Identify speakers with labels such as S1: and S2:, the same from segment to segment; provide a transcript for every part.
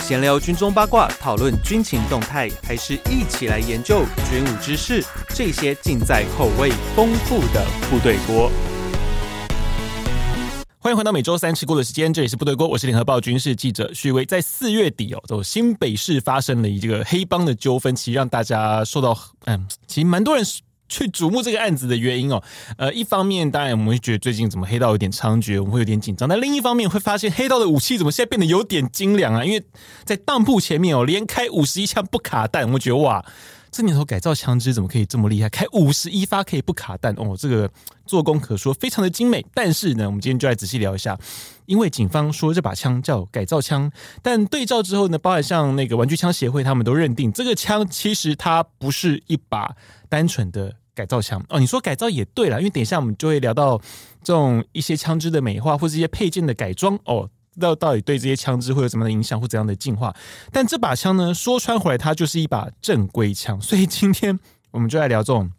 S1: 闲聊军中八卦，讨论军情动态，还是一起来研究军武知识？这些尽在口味丰富的部队锅。欢迎回到每周三吃锅的时间，这里是部队锅，我是联合报军事记者旭威。在四月底哦，走新北市发生了一个黑帮的纠纷，其实让大家受到嗯，其实蛮多人去瞩目这个案子的原因哦。呃，一方面当然我们会觉得最近怎么黑道有点猖獗，我们会有点紧张；但另一方面会发现黑道的武器怎么现在变得有点精良啊？因为在当铺前面哦，连开五十一枪不卡弹，我们觉得哇。这年头改造枪支怎么可以这么厉害？开五十一发可以不卡弹哦，这个做工可说非常的精美。但是呢，我们今天就来仔细聊一下，因为警方说这把枪叫改造枪，但对照之后呢，包含像那个玩具枪协会，他们都认定这个枪其实它不是一把单纯的。改造枪哦，你说改造也对了，因为等一下我们就会聊到这种一些枪支的美化或是一些配件的改装哦，到到底对这些枪支会有什么样的影响或怎样的进化？但这把枪呢，说穿回来它就是一把正规枪，所以今天我们就来聊这种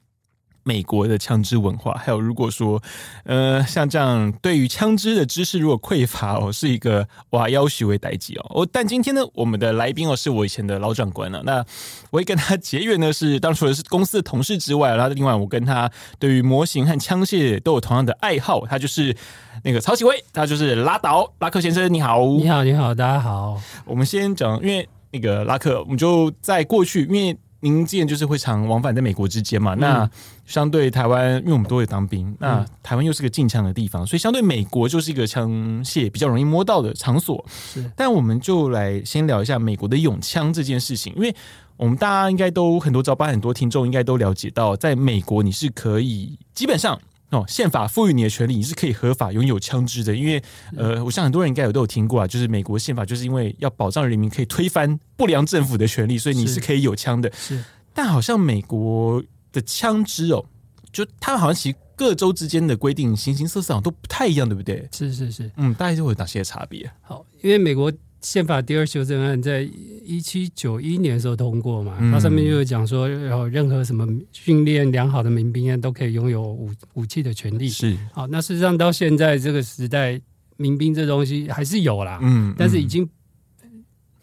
S1: 美国的枪支文化，还有如果说呃像这样对于枪支的知识如果匮乏哦，是一个哇要许为代际哦。哦，但今天呢，我们的来宾哦是我以前的老长官了、啊，那我也跟他结缘呢是，当除了是公司的同事之外，然后另外我跟他对于模型和枪械都有同样的爱好，他就是。那个曹启威，他就是拉倒拉克先生，你好，
S2: 你好，你好，大家好。
S1: 我们先讲，因为那个拉克，我们就在过去，因为您之前就是会常往返在美国之间嘛，嗯、那相对台湾，因为我们都会当兵，那台湾又是个禁枪的地方，所以相对美国就是一个枪械比较容易摸到的场所。
S2: 是，
S1: 但我们就来先聊一下美国的永枪这件事情，因为我们大家应该都很多招班，很多听众应该都了解到，在美国你是可以基本上。哦，宪法赋予你的权利，你是可以合法拥有枪支的。因为，
S2: 嗯
S1: 呃，我想很多人应该有都有听过啊，就是美国宪法就是因为要保障人民可以推翻不良政府的权利，所以你是可以有枪的。
S2: 是，
S1: 但好像美国的枪支哦，就它好像其实各州之间的规定形形色色，好像都不太一样，对不对？
S2: 是是是，
S1: 嗯，大概就会有哪些差别？
S2: 好，因为美国。宪法第二修正案在一七九一年的时候通过嘛，它、嗯、上面就有讲说，有任何什么训练良好的民兵啊，都可以拥有武武器的权利。
S1: 是，
S2: 好，那事实上到现在这个时代，民兵这东西还是有啦，嗯，嗯但是已经，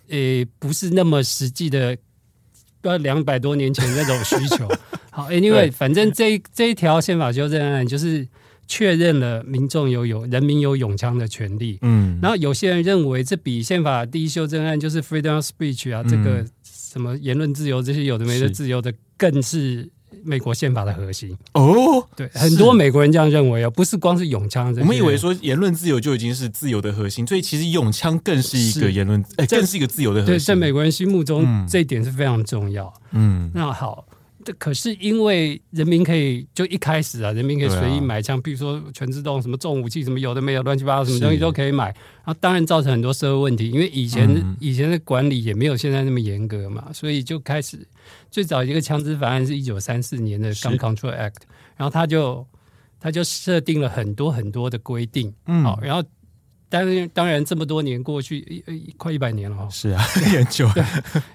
S2: 呃、欸，不是那么实际的，要两百多年前那种需 求。好，Anyway，反正这这一条宪法修正案就是。确认了民众有有人民有永枪的权利，嗯，然后有些人认为这比宪法第一修正案就是 freedom of speech 啊，嗯、这个什么言论自由这些有的没的自由的，更是美国宪法的核心
S1: 哦。
S2: 对，很多美国人这样认为啊、哦，不是光是永枪。
S1: 我们以为说言论自由就已经是自由的核心，所以其实永枪更是一个言论，哎、欸，更是一个自由的核心。对，
S2: 在美国人心目中，嗯、这一点是非常重要。嗯，那好。这可是因为人民可以就一开始啊，人民可以随意买枪，比、啊、如说全自动、什么重武器、什么有的没有乱七八糟什么东西都可以买。然后当然造成很多社会问题，因为以前、嗯、以前的管理也没有现在那么严格嘛，所以就开始最早一个枪支法案是一九三四年的《Gun Control Act》，然后他就他就设定了很多很多的规定，嗯，好，然后。当然，当然，这么多年过去，一快一百年了哈、哦。
S1: 是啊， 很久。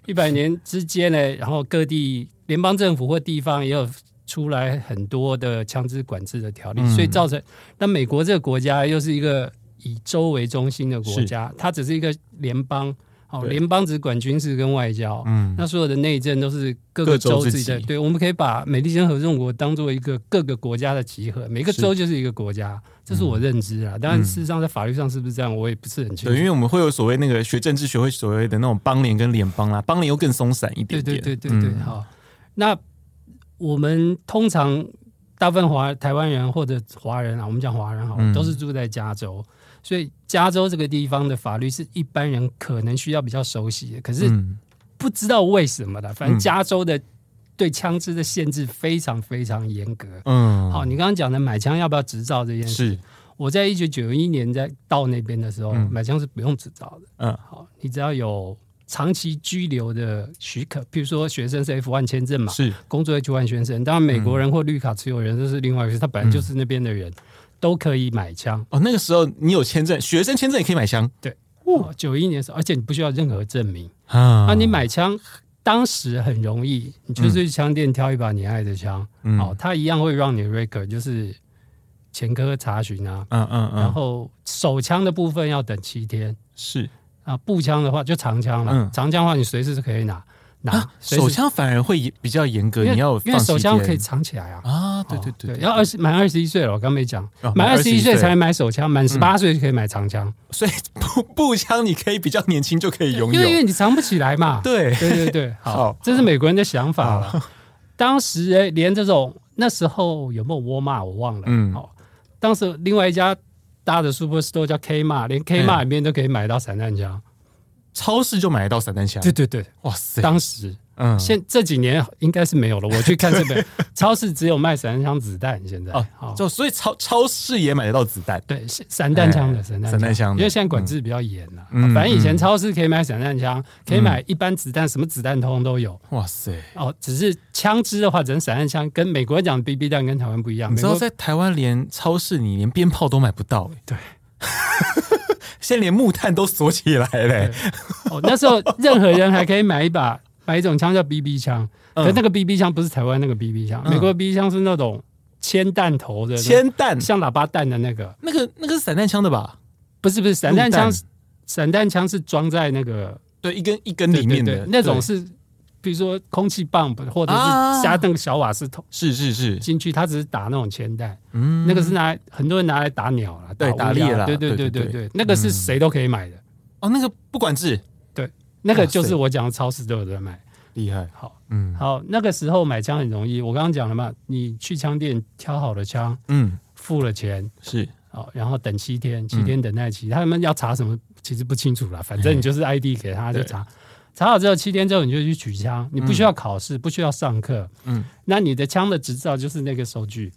S2: 一百年之间呢，然后各地联邦政府或地方也有出来很多的枪支管制的条例，嗯、所以造成那美国这个国家又是一个以州为中心的国家，它只是一个联邦。哦，联邦只管军事跟外交，嗯，那所有的内政都是各个州自己的。己对，我们可以把美利坚合众国当做一个各个国家的集合，每个州就是一个国家，是这是我认知啊。当然，事实上在法律上是不是这样，我也不是很清楚。
S1: 对，因为我们会有所谓那个学政治学会所谓的那种邦联跟联邦啦、啊，邦联又更松散一点,
S2: 点。对对对对对，嗯、好。那我们通常大部分华台湾人或者华人啊，我们讲华人好，都是住在加州。嗯所以，加州这个地方的法律是一般人可能需要比较熟悉的，可
S1: 嗯
S2: 是不知道为什么的，反正加州的对枪支的限制非常非常严格。嗯，好，你刚刚讲的买枪要不要执照这件事，我在一九九一年在到那边的时候，嗯、买枪是不用执照的。嗯，好，你只要有长期居留的许可，比如说学生是 F1 签证嘛，
S1: 是
S2: 工作 H1 签证，当然美国人或绿卡持有人这是另外一回事，他本来就是那边的人。嗯都可以买枪
S1: 哦。那个时候你有签证，学生签证也可以买枪。
S2: 对，九一、哦、年时候，而且你不需要任何证明
S1: 嗯
S2: 啊。那、啊、你买枪当时很容易，你就是去枪店挑一把你爱的枪，嗯、哦，他一样会让你 record，就是嗯前科查询啊，嗯嗯嗯。然后手枪的部分要等七天，
S1: 是。
S2: 啊，步枪的话就长枪了，
S1: 嗯
S2: 长枪的话你随时是可以拿拿
S1: 啊，，
S2: 随时
S1: 手枪反而会比较严格，
S2: 因为
S1: 你要有
S2: 因为
S1: 放
S2: 手
S1: 气
S2: 枪
S1: 垫
S2: 可以藏起来啊。
S1: 啊，对对
S2: 哦
S1: 对，
S2: 要二十满二十一岁了，我刚没讲，
S1: 哦
S2: 满
S1: 满
S2: 二十一
S1: 21岁嗯
S2: 岁才能买手枪，满十八岁就可以买长枪，
S1: 所以步步枪你可以比较年轻就可以拥
S2: 因为因
S1: 有，
S2: 为你藏不起来嘛。
S1: 对，啊
S2: 对对对，好
S1: 好，
S2: 这是美国人的想法了。当时哎，连这种那时候有没有沃尔玛我忘了，
S1: 嗯
S2: 好，当时另外一家大的 Superstore 叫 K m a 连 K m
S1: 嗯
S2: a 里面都可以买到散弹枪。
S1: 超市就买得到散弹枪，
S2: 对对对，
S1: 哇塞，
S2: 当时
S1: 嗯，
S2: 现这几年应该是没有了，我去看这 本超市只有卖散弹枪子弹，现在
S1: 哦
S2: 哎好，
S1: 就所以超超市也买得到子弹，
S2: 对，是散弹枪的
S1: 哎
S2: 散弹
S1: 散弹枪的
S2: 因为现在管制比较严了、
S1: 嗯
S2: 反正以前
S1: 嗯
S2: 超市可以买散弹枪，可以买一般子弹，什么子弹通通都有。
S1: 哇塞。
S2: 哦，只是枪支的话，只能散弹枪，跟美国人讲的 BB 弹跟台湾不一样。
S1: 你
S2: 美
S1: 知道
S2: 国
S1: 在台湾连超市你连鞭炮都买不到、欸，
S2: 对，
S1: 现在连木炭都锁起来嘞、
S2: 对哦，那时候任何人还可以买一把 买一种枪叫 BB 枪，
S1: 嗯
S2: 可那个 BB 枪不是台湾那个 BB 枪，
S1: 嗯
S2: 美国的 BB 枪是那种铅弹头的，
S1: 铅弹
S2: 像喇叭弹的那个，
S1: 那个那个是散弹枪的吧？
S2: 不是不是散弹枪
S1: 陆弹，
S2: 散弹枪是装在那个
S1: 对，一根一根
S2: 对
S1: 里面的
S2: 对对那种
S1: 对
S2: 是，比如说空气棒或者
S1: 啊
S2: 是加那个小瓦斯桶
S1: 是是是，
S2: 进去，它只是打那种铅弹，
S1: 嗯
S2: 那个是拿来很多人拿来打鸟了，
S1: 对打
S2: 乌鸦
S1: 猎啦
S2: 对对
S1: 对
S2: 对
S1: 对
S2: 对
S1: 对嗯
S2: 对，那个是谁都可以买的，
S1: 哦，那个不管制，
S2: 那
S1: 哇
S2: 个
S1: 塞
S2: 就是我讲的超市都有在卖。
S1: 厉害，
S2: 好，
S1: 嗯
S2: 好，那个时候买枪很容易，我刚刚讲了嘛，你去枪店挑好了枪，
S1: 嗯，
S2: 付了钱。
S1: 是
S2: 好，然后等七天，七天等待期，他们要查什么其实不清楚啦，反正你就是 ID 给他
S1: 对
S2: 就查，查好之后七天之后你就去取枪，你不需要考试，不需要上课，
S1: 嗯，
S2: 那你的枪的执照就是那个收据，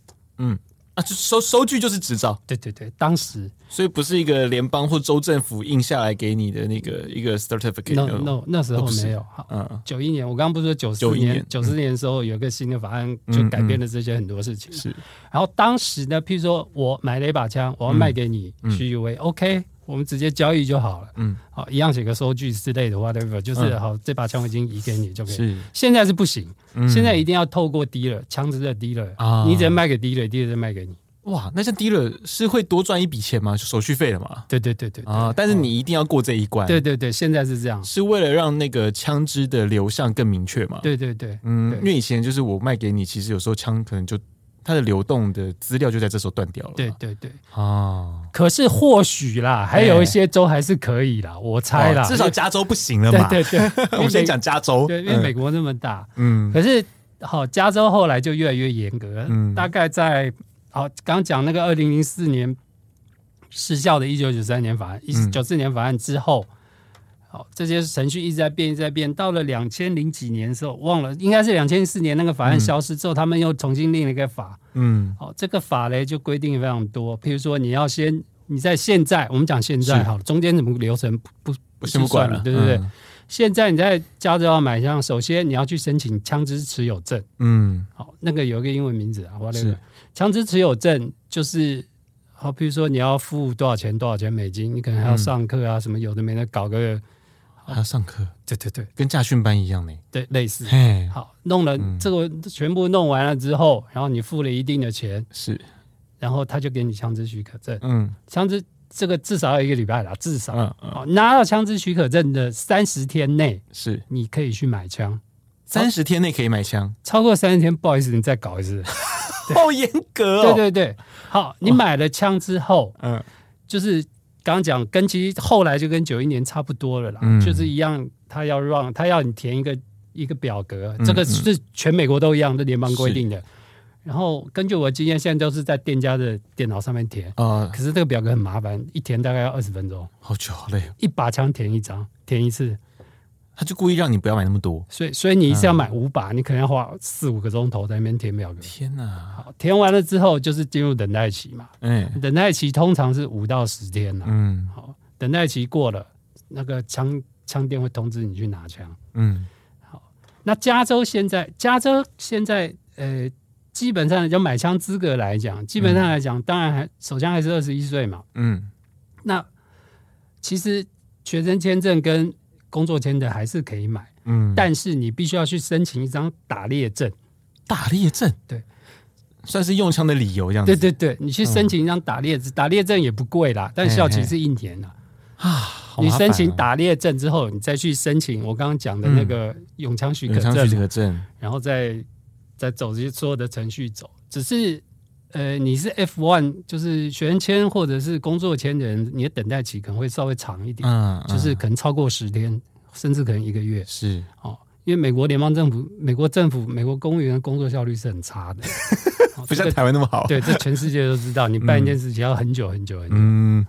S1: 啊，就收收据就是执照，
S2: 对对对，当时
S1: 所以不是一个联邦或州政府印下来给你的那个一个 certificate，
S2: 嗯 no
S1: 那种
S2: no 那时
S1: 都
S2: 候
S1: 不是
S2: 没有好。
S1: 嗯，
S2: 九一年，我刚刚不是说九四
S1: 91年
S2: 年，九四年的时候有一个新的法案，
S1: 嗯
S2: 就改变了这些很多事情。
S1: 是
S2: 然后当时呢，譬如说我买了一把枪，我要卖给你
S1: 嗯
S2: c u a o k 我们直接交易就好了。
S1: 嗯，
S2: 好，一样写个收据之类的，whatever，就是
S1: 嗯
S2: 好，这把枪我已经移给你就可以。
S1: 是，
S2: 现在是不行，
S1: 嗯
S2: 现在一定要透过 dealer，枪支的 dealer，
S1: 啊
S2: 你只能卖给 dealer，dealer 再卖给你。
S1: 哇，那像 dealer 是会多赚一笔钱吗？就手续费了嘛？
S2: 对对对对对
S1: 啊，但是你一定要过这一关，
S2: 对对对，现在是这样。
S1: 是为了让那个枪支的流向更明确嘛？，
S2: 对对对，
S1: 嗯，
S2: 对
S1: 因为以前就是我卖给你，其实有时候枪可能就它的流动的资料就在这时候断掉了嘛。
S2: 对对对。
S1: 啊，
S2: 可是或许啦，还有一些州还是可以啦，我猜啦，
S1: 哦至少加州不行了
S2: 因为
S1: 嘛。，
S2: 对对对
S1: 我们先讲加州，
S2: 对，因为美
S1: 嗯
S2: 国那么大，
S1: 嗯
S2: 可是好，加州后来就越来越严格，
S1: 嗯
S2: 大概在好刚讲那个二零零四年失效的一九九三年法案，一
S1: 嗯
S2: 九四年法案之后。好，这些程序一直在变，一直在变。到了两千零几年的时候，忘了，应该是两千四年那个法案消失之后，他们又重新另了一个法。
S1: 嗯，
S2: 好，这个法嘞就规定非常多，譬如说你要先，你在现在，我们讲现在
S1: 是
S2: 好了，中间怎么流程不不
S1: 我先不
S2: 计算
S1: 管了，嗯
S2: 对对对。现在你在加州要买枪，首先你要去申请枪支持有证。
S1: 嗯，
S2: 好，那个有一个英文名字啊，我那
S1: 是
S2: 个枪支持有证就是，好，比如说你要付多少钱，多少钱美金，你可能还要
S1: 嗯
S2: 上课啊，什么有的没的，搞个
S1: 嗯，还要上课，
S2: 对对对
S1: 跟驾训班一样呢。
S2: 对类似。
S1: 嘿，
S2: 好，弄了
S1: 嗯
S2: 这个全部弄完了之后，然后你付了一定的钱，
S1: 是，
S2: 然后他就给你枪支许可证。
S1: 嗯
S2: 枪支这个至少要一个礼拜啦，至少。
S1: 嗯嗯，
S2: 好，拿到枪支许可证的三十天内，
S1: 是
S2: 你可以去买枪。
S1: 三十天内可以买枪，
S2: 超过三十天，不好意思，你再搞 一次。
S1: 好严格哦
S2: 对，对对，好，你买了枪之后，
S1: 嗯
S2: 就是刚刚讲跟其实后来就跟九一年差不多了啦，
S1: 嗯
S2: 就是一样，他要让他要你填一个一个表格，
S1: 嗯
S2: 这个是全美国都一样，这联邦规定的。然后根据我的经验，现在都是在店家的电脑上面填，
S1: 啊
S2: 可，是这个表格很麻烦，一填大概要二十分钟，
S1: 好久好累哦，
S2: 一把枪填一张，填一次，
S1: 他就故意让你不要买那么多。
S2: 所以所以你一次要买
S1: 嗯
S2: 五把，你可能要花四五个钟头在那边填表格。
S1: 天哪，
S2: 好，填完了之后就是进入等待期嘛，
S1: 哎，
S2: 等待期通常是五到十天啦、
S1: 嗯
S2: 好，等待期过了，那个枪枪店会通知你去拿枪。
S1: 嗯，
S2: 那加州现在，加州现在，呃，基本上就买枪资格来讲，基本上来讲，当然还手枪还是二十一岁嘛。
S1: 嗯，
S2: 那其实学生签证跟工作签证还是可以买，
S1: 嗯，
S2: 但是你必须要去申请一张打猎证。
S1: 打猎证，
S2: 对，
S1: 算是用枪的理由这样子。嗯
S2: 对对对，你去申请一张打猎证，打猎证也不贵啦，但效期是一年啦。
S1: 啊好
S2: 你
S1: 麻烦
S2: 申请
S1: 哦
S2: 打猎证之后，你再去申请我刚刚讲的那个永枪许可
S1: 永
S2: 证
S1: 昌
S2: 嘛，
S1: 许可证，
S2: 然后再再走这些所有的程序走。只是呃，你是 F one，就是学生签或者是工作签的人，你的等待期可能会稍微长一点，
S1: 嗯，
S2: 就是
S1: 嗯
S2: 可能超过十天，甚至可能一个月
S1: 是
S2: 哦。因为美国联邦政府、美国政府、美国公务员的工作效率是很差 的，哦
S1: 不
S2: 这
S1: 像
S2: 个
S1: 台湾那么好。，
S2: 对，这全世界都知道，你办一件事情要很久很久很久。
S1: 嗯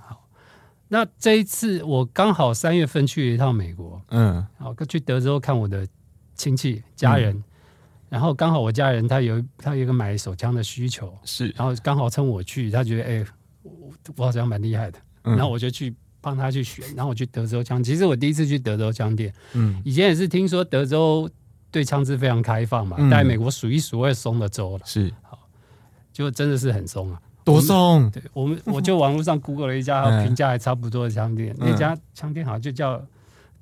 S2: 那这一次我刚好三月份去了一趟美国，
S1: 嗯
S2: 好去德州看我的亲戚家人，然后刚好我家人他有他有一个买手枪的需求，
S1: 是，
S2: 然后刚好趁我去，他觉得哎、我我好像蛮厉害的，
S1: 嗯
S2: 然后我就去帮他去选，然后我去德州枪，其实我第一次去德州枪店，
S1: 嗯
S2: 以前也是听说德州对枪支非常开放嘛，
S1: 嗯
S2: 在、美国数一数二松的州了，
S1: 是
S2: 就真的是很松啊。
S1: 多松，
S2: 对我们，我就网络上 Google 了一家
S1: 嗯
S2: 评价还差不多的枪店，
S1: 嗯
S2: 那家枪店好像就叫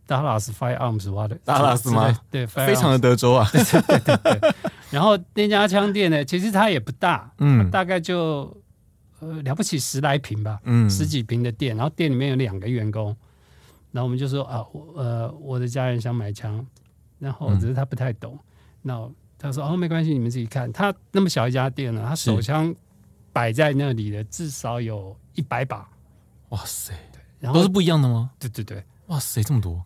S2: Dallas Firearms 哇的
S1: Dallas 吗？
S2: 对，
S1: 非常的德州啊。
S2: 然后那家枪店呢，其实它也不大，
S1: 嗯
S2: 大概就呃了不起十来平吧，
S1: 嗯
S2: 十几平的店。然后店里面有两个员工，然后我们就说啊，我呃我的家人想买枪，然后
S1: 嗯
S2: 只是他不太懂，那他说哦没关系，你们自己看。他那么小一家店呢，他手枪摆在那里的至少有一百把，
S1: 哇塞，
S2: 然
S1: 都
S2: 后
S1: 是不一样的吗？
S2: 对对对。
S1: 哇塞，这么多，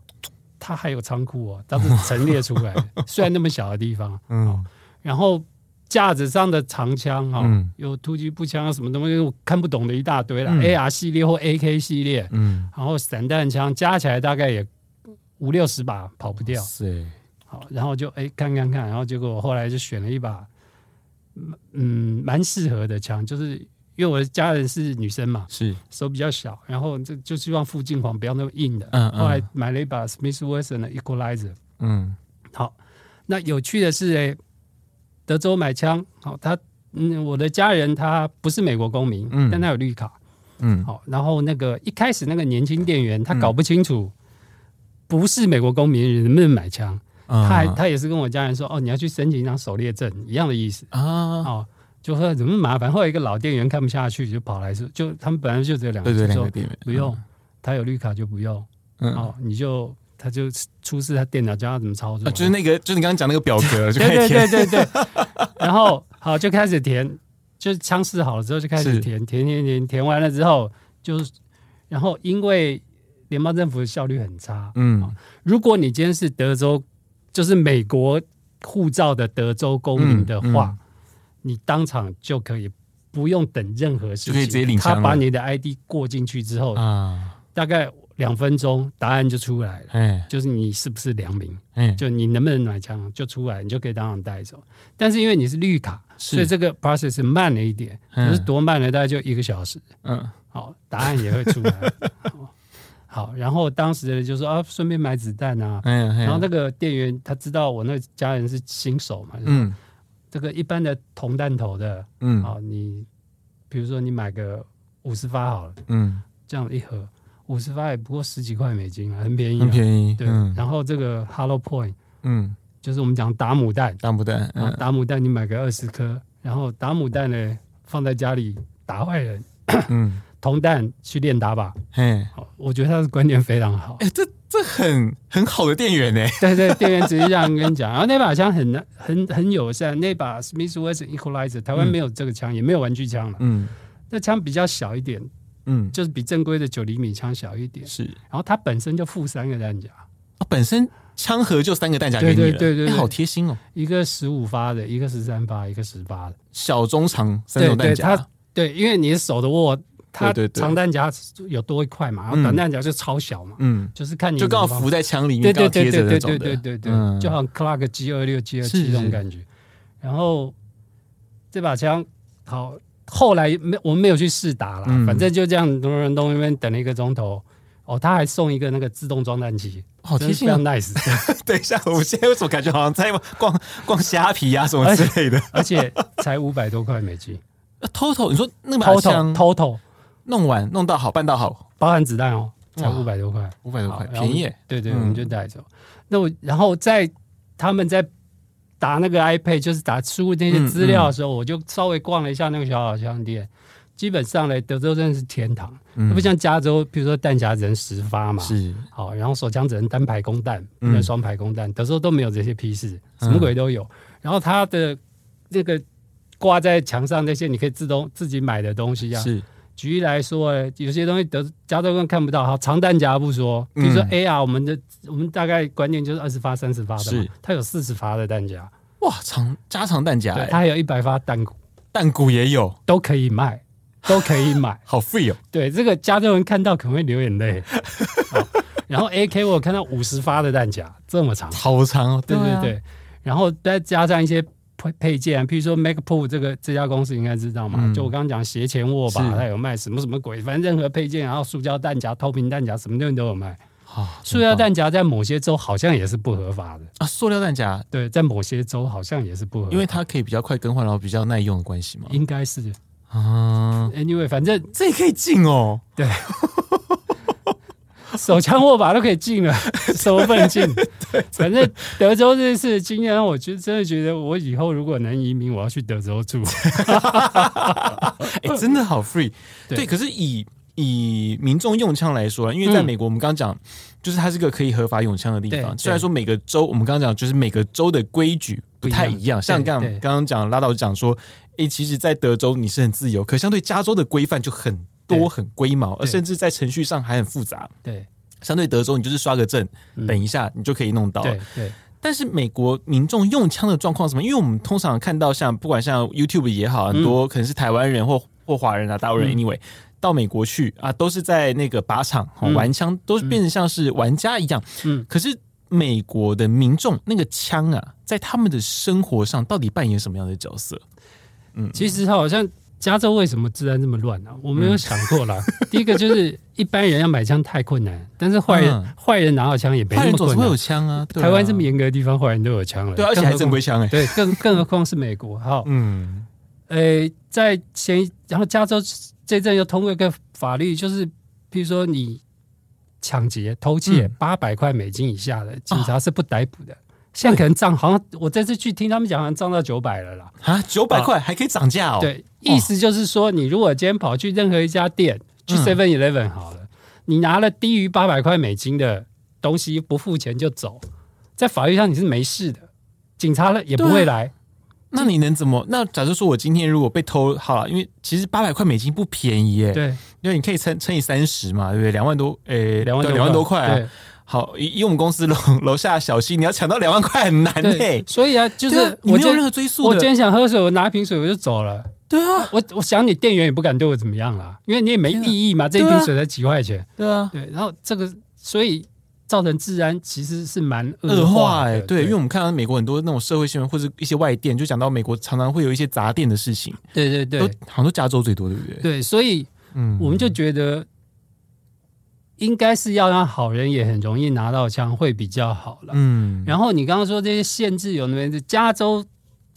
S2: 他还有仓库哦，它是陈列出来 的，虽然那么小的地方，
S1: 嗯
S2: 然后架子上的长枪哈、
S1: 嗯
S2: 有突击步枪啊，什么东西我看不懂的一大堆啦、
S1: 嗯
S2: a r 系列或 AK 系列，
S1: 嗯，
S2: 然后散弹枪加起来大概也五六十把，跑不掉
S1: 哇。塞，
S2: 好，然后就哎看看看，然后结果我后来就选了一把，嗯，蛮适合的枪，就是因为我的家人是女生嘛，
S1: 是
S2: 手比较小，然后就就希望附近黄不要那么硬的。
S1: 嗯嗯
S2: 后来买了一把 Smith Wesson 的 Equalizer，
S1: 嗯
S2: 好，那有趣的是，哎，德州买枪，好，他，嗯，我的家人他不是美国公民，
S1: 嗯
S2: 但他有绿卡，
S1: 嗯
S2: 好，然后那个一开始那个年轻店员他搞不清楚，不是美国公民能不能买枪，
S1: 啊
S2: 他还他也是跟我家人说，哦，你要去申请一张狩猎证，一样的意思，
S1: 啊，
S2: 哦。就说怎么麻烦，后来一个老店员看不下去，就跑来说，就他们本来就只有两个，
S1: 对对，
S2: 就
S1: 两
S2: 说
S1: 个嗯店员
S2: 不用，他有绿卡就不用，
S1: 嗯。
S2: 哦，你就他就出示他电脑教他怎么操作，
S1: 啊，就是那个，就是你刚刚讲那个表格，就开
S2: 对
S1: 始
S2: 对
S1: 填
S2: 对对对，然后好就开始填，就是枪试好了之后就开始
S1: 是
S2: 填填填填填完了之后，就是然后因为联邦政府的效率很差，
S1: 嗯
S2: 如果你今天是德州，就是美国护照的德州公民
S1: 嗯
S2: 的话，你当场就可以不用等任何事情，
S1: 就可以直接领
S2: 他
S1: 枪
S2: 把
S1: 了
S2: 你的 ID 过进去之后，
S1: 啊，
S2: 大概两分钟答案就出来了，
S1: 哎
S2: 就是你是不是良民。
S1: 哎，
S2: 就你能不能买枪就出来，你就可以当场带走。但是因为你是绿卡，所以
S1: 是
S2: 这个 process 慢了一点，
S1: 嗯
S2: 可是多慢了大概就一个小时，
S1: 嗯
S2: 好、答案也会 出来。好好，然后当时的人就说啊，顺便买子弹啊。
S1: 哎哎，
S2: 然后那个店员他知道我那家人是新手嘛，就说
S1: 嗯
S2: 这个一般的铜弹头的，
S1: 嗯
S2: 好、你比如说你买个五十发好了，
S1: 嗯，
S2: 这样一盒五十发也不过十几块美金啊，很便宜、啊，
S1: 很便宜，
S2: 对，
S1: 嗯
S2: 然后这个 hollow point
S1: 嗯，
S2: 就是我们讲打母弹，
S1: 当不蛋，
S2: 然后
S1: 嗯
S2: 打母蛋你买个二十颗，然后打母蛋呢放在家里打坏人，
S1: 嗯，
S2: 铜蛋去练打靶。
S1: 嘿，
S2: 好，我觉得他的观念非常好。
S1: 哎，这这很很好的店员呢，
S2: 对对，店员直接这样跟你 讲。然后那把枪很难很很友善，那把 Smith Wesson Equalizer 台湾
S1: 嗯
S2: 没有这个枪，也没有玩具枪了。
S1: 嗯
S2: 那枪比较小一点，
S1: 嗯，
S2: 就是比正规的九厘米枪小一点。
S1: 是，
S2: 然后它本身就附三个弹夹，
S1: 哦本身枪盒就三个弹夹给你
S2: 对
S1: 了，
S2: 对对对
S1: 哎
S2: 对
S1: 好贴心哦，
S2: 一个十五发的，一个十三发，一个十八的。
S1: 小中长三种弹
S2: 对对它
S1: 夹，
S2: 对，因为你的手的握，它
S1: 啊对对对
S2: 长弹夹有多一块嘛，然后
S1: 嗯
S2: 短弹夹就超小嘛，
S1: 嗯，
S2: 就是看你
S1: 就刚
S2: 怎
S1: 好
S2: 么
S1: 浮在枪里
S2: 放对
S1: 面，
S2: 对
S1: 刚好贴
S2: 对
S1: 着
S2: 对
S1: 那
S2: 对
S1: 种
S2: 对
S1: 的，
S2: 对对对，
S1: 嗯
S2: 就好像 Clark G 二六 G 二
S1: 是
S2: 七
S1: 是
S2: 这种感觉。然后这把枪好，后来没我们没有去试打啦，
S1: 嗯
S2: 反正就这样咚咚咚那边等了一个钟头。哦，他还送一个那个自动装弹机，
S1: 好
S2: 真
S1: 贴
S2: 是非
S1: 心啊
S2: 常！nice。
S1: 等一下，我现在为什么感觉好像在逛 逛虾皮啊什么之类的
S2: 而且才五百多块 美金
S1: 啊？Total，你说那把
S2: ，total
S1: 枪
S2: total
S1: 弄完弄到好，办到好，
S2: 包含子弹哦，才
S1: 哇
S2: 五百多块。
S1: 五百多块，
S2: 好啊然后
S1: 便宜耶。
S2: 对对，
S1: 嗯
S2: 我们就带走。那我然后在他们在
S1: 嗯
S2: 打那个 iPad，就是打输入那些资料的时候，我就稍微逛了一下那个小小商店。基本上来德州真的是天堂，
S1: 嗯
S2: 不像加州，比如说弹匣只能十发嘛，
S1: 是
S2: 好，然后手枪只能单排空弹，不能
S1: 嗯
S2: 双排空弹，德州都没有这些批示，什么鬼都有。然后它的那个挂在墙上那些，你可以自动自己买的东西啊。
S1: 是
S2: 举例来说，呃有些东西德加州根本看不到，好长弹夹不说，比如说
S1: 嗯
S2: AR，、我们的我们大概观念就是二十发、三十发的嘛
S1: 是，
S2: 它有四十发的弹夹，
S1: 哇，长加长弹夹、
S2: 对，
S1: 欸，
S2: 它还有一百发弹鼓
S1: 弹鼓也有，
S2: 都可以卖， 都可以买。
S1: 好 free 哦，
S2: 对，这个加州人看到可能会流眼泪。好然后 AK 我有看到五十发的弹夹这么长，
S1: 好长哦，
S2: 对对
S1: 啊
S2: 对，然后再加上一些配配件，啊譬如说 MacPro 这个这家公司应该知道嘛，
S1: 嗯
S2: 就我刚刚讲斜前握把，
S1: 是
S2: 它有卖什么什么鬼，反正任何配件，然后塑胶弹夹、透明弹夹，什么东西都有卖。
S1: 啊，
S2: 塑料
S1: 真棒
S2: 弹夹在某些州好像也是不合法的，
S1: 啊，塑料弹夹，
S2: 对，在某些州好像也是不合法，
S1: 因为它可以比较快更换，然后比较耐用的关系嘛。
S2: 应该是
S1: 嗯啊，
S2: anyway，反正
S1: 这也可以进哦，
S2: 手枪握把都可以 进了，什么不能进？反正德州这次经验，我觉得真的觉得，我以后如果能移民，我要去德州住。
S1: 哎、真的好 free。
S2: 对
S1: 对，可是以以民众用枪来说啊，因为在
S2: 嗯
S1: 美国，我们刚刚讲，就是它是个可以合法用枪的地
S2: 对
S1: 方。
S2: 对
S1: 虽然说每个州，我们刚刚讲，就是每个州的规矩不太
S2: 不一
S1: 一样。像刚
S2: 对对
S1: 刚刚讲拉导讲说，哎、其实，在德州你是很自由，可相对加州的规范就很
S2: 对
S1: 多、很龟毛，而
S2: 对
S1: 甚至在程序上还很复杂。
S2: 对
S1: 相 对德州，你就是刷个证，
S2: 嗯
S1: 等一下你就可以弄到了。
S2: 对对，
S1: 但是美国民众用枪的状况是什么？因为我们通常看到像不管像 YouTube 也好，很多可能是台湾人或或华人啊、大陆人
S2: 嗯
S1: ，anyway，、到美国去啊，都是在那个靶场、哦
S2: 嗯
S1: 玩枪，都是变成像是玩家一样。
S2: 嗯，
S1: 可是美国的民众那个枪啊，在他们的生活上到底扮演什么样的角色？
S2: 其实好像加州为什么治安这么乱
S1: 嗯
S2: 呢、我没有想 过啦。第一个就是一般人要买枪太困难，但是坏人、
S1: 嗯
S2: 坏人拿到枪也没
S1: 坏
S2: 那
S1: 人
S2: 么
S1: 总
S2: 困
S1: 是会
S2: 难
S1: 有。枪啊，对啊
S2: 台湾这么严格的地方，坏人都有枪了，
S1: 对啊，而且
S2: 更
S1: 还
S2: 何况
S1: 正规枪哎、
S2: 对，更更何况是美国。好，
S1: 嗯，
S2: 呃，在前一，然后加州这阵又通过一个法律，就是譬如说你抢劫、偷
S1: 嗯
S2: 窃
S1: 啊
S2: 八百块美金以下的，警察是不逮捕的。现在可能涨，好像我这次去听他们讲，好像涨到九百了啦。
S1: 啊，九百块还可以涨价哦，，
S2: 对，意思就是说，你如果今天跑去任何一家店，去
S1: 嗯
S2: Seven Eleven 好了，你拿了低于八百块美金的东西不付钱就走，在法律上你是没事的，警察了也不
S1: 对
S2: 会
S1: 啊
S2: 来。
S1: 那你能怎么？那假如说我今天如果被偷好了，因为其实八百块美金不便宜耶、
S2: 对，
S1: 因为你可以乘乘以三十嘛，对不对？两万多，诶、
S2: 两万
S1: 啊对两万多块、
S2: 对
S1: 啊。好，以以我们公司楼楼下小溪，你要抢到两万块很难呢、
S2: 对，所以啊，就
S1: 对啊
S2: 是
S1: 你
S2: 我
S1: 没有
S2: 今
S1: 任何追溯
S2: 我今
S1: 的。
S2: 天想喝水，我拿瓶水我就走了。
S1: 对啊，
S2: 我我想你店员也不敢对我怎么样啦，因为你也没
S1: 天啊
S2: 意义嘛，这一
S1: 对啊
S2: 瓶水才几块钱。
S1: 对啊，
S2: 对，然后这个所以造成治安其实是蛮恶欸
S1: 恶化哎、
S2: 的
S1: 对，因为我们看到美国很多那种社会新闻或者一些外电，就讲到美国常常会有一些砸店的事情，
S2: 对对
S1: 都
S2: 对
S1: 好像都加州最多，对不对？
S2: 对，所以
S1: 嗯，
S2: 我们就觉得应该是要让好人也很容易拿到枪会比较好了。
S1: 嗯，
S2: 然后你刚刚说这些限制有那边是加州。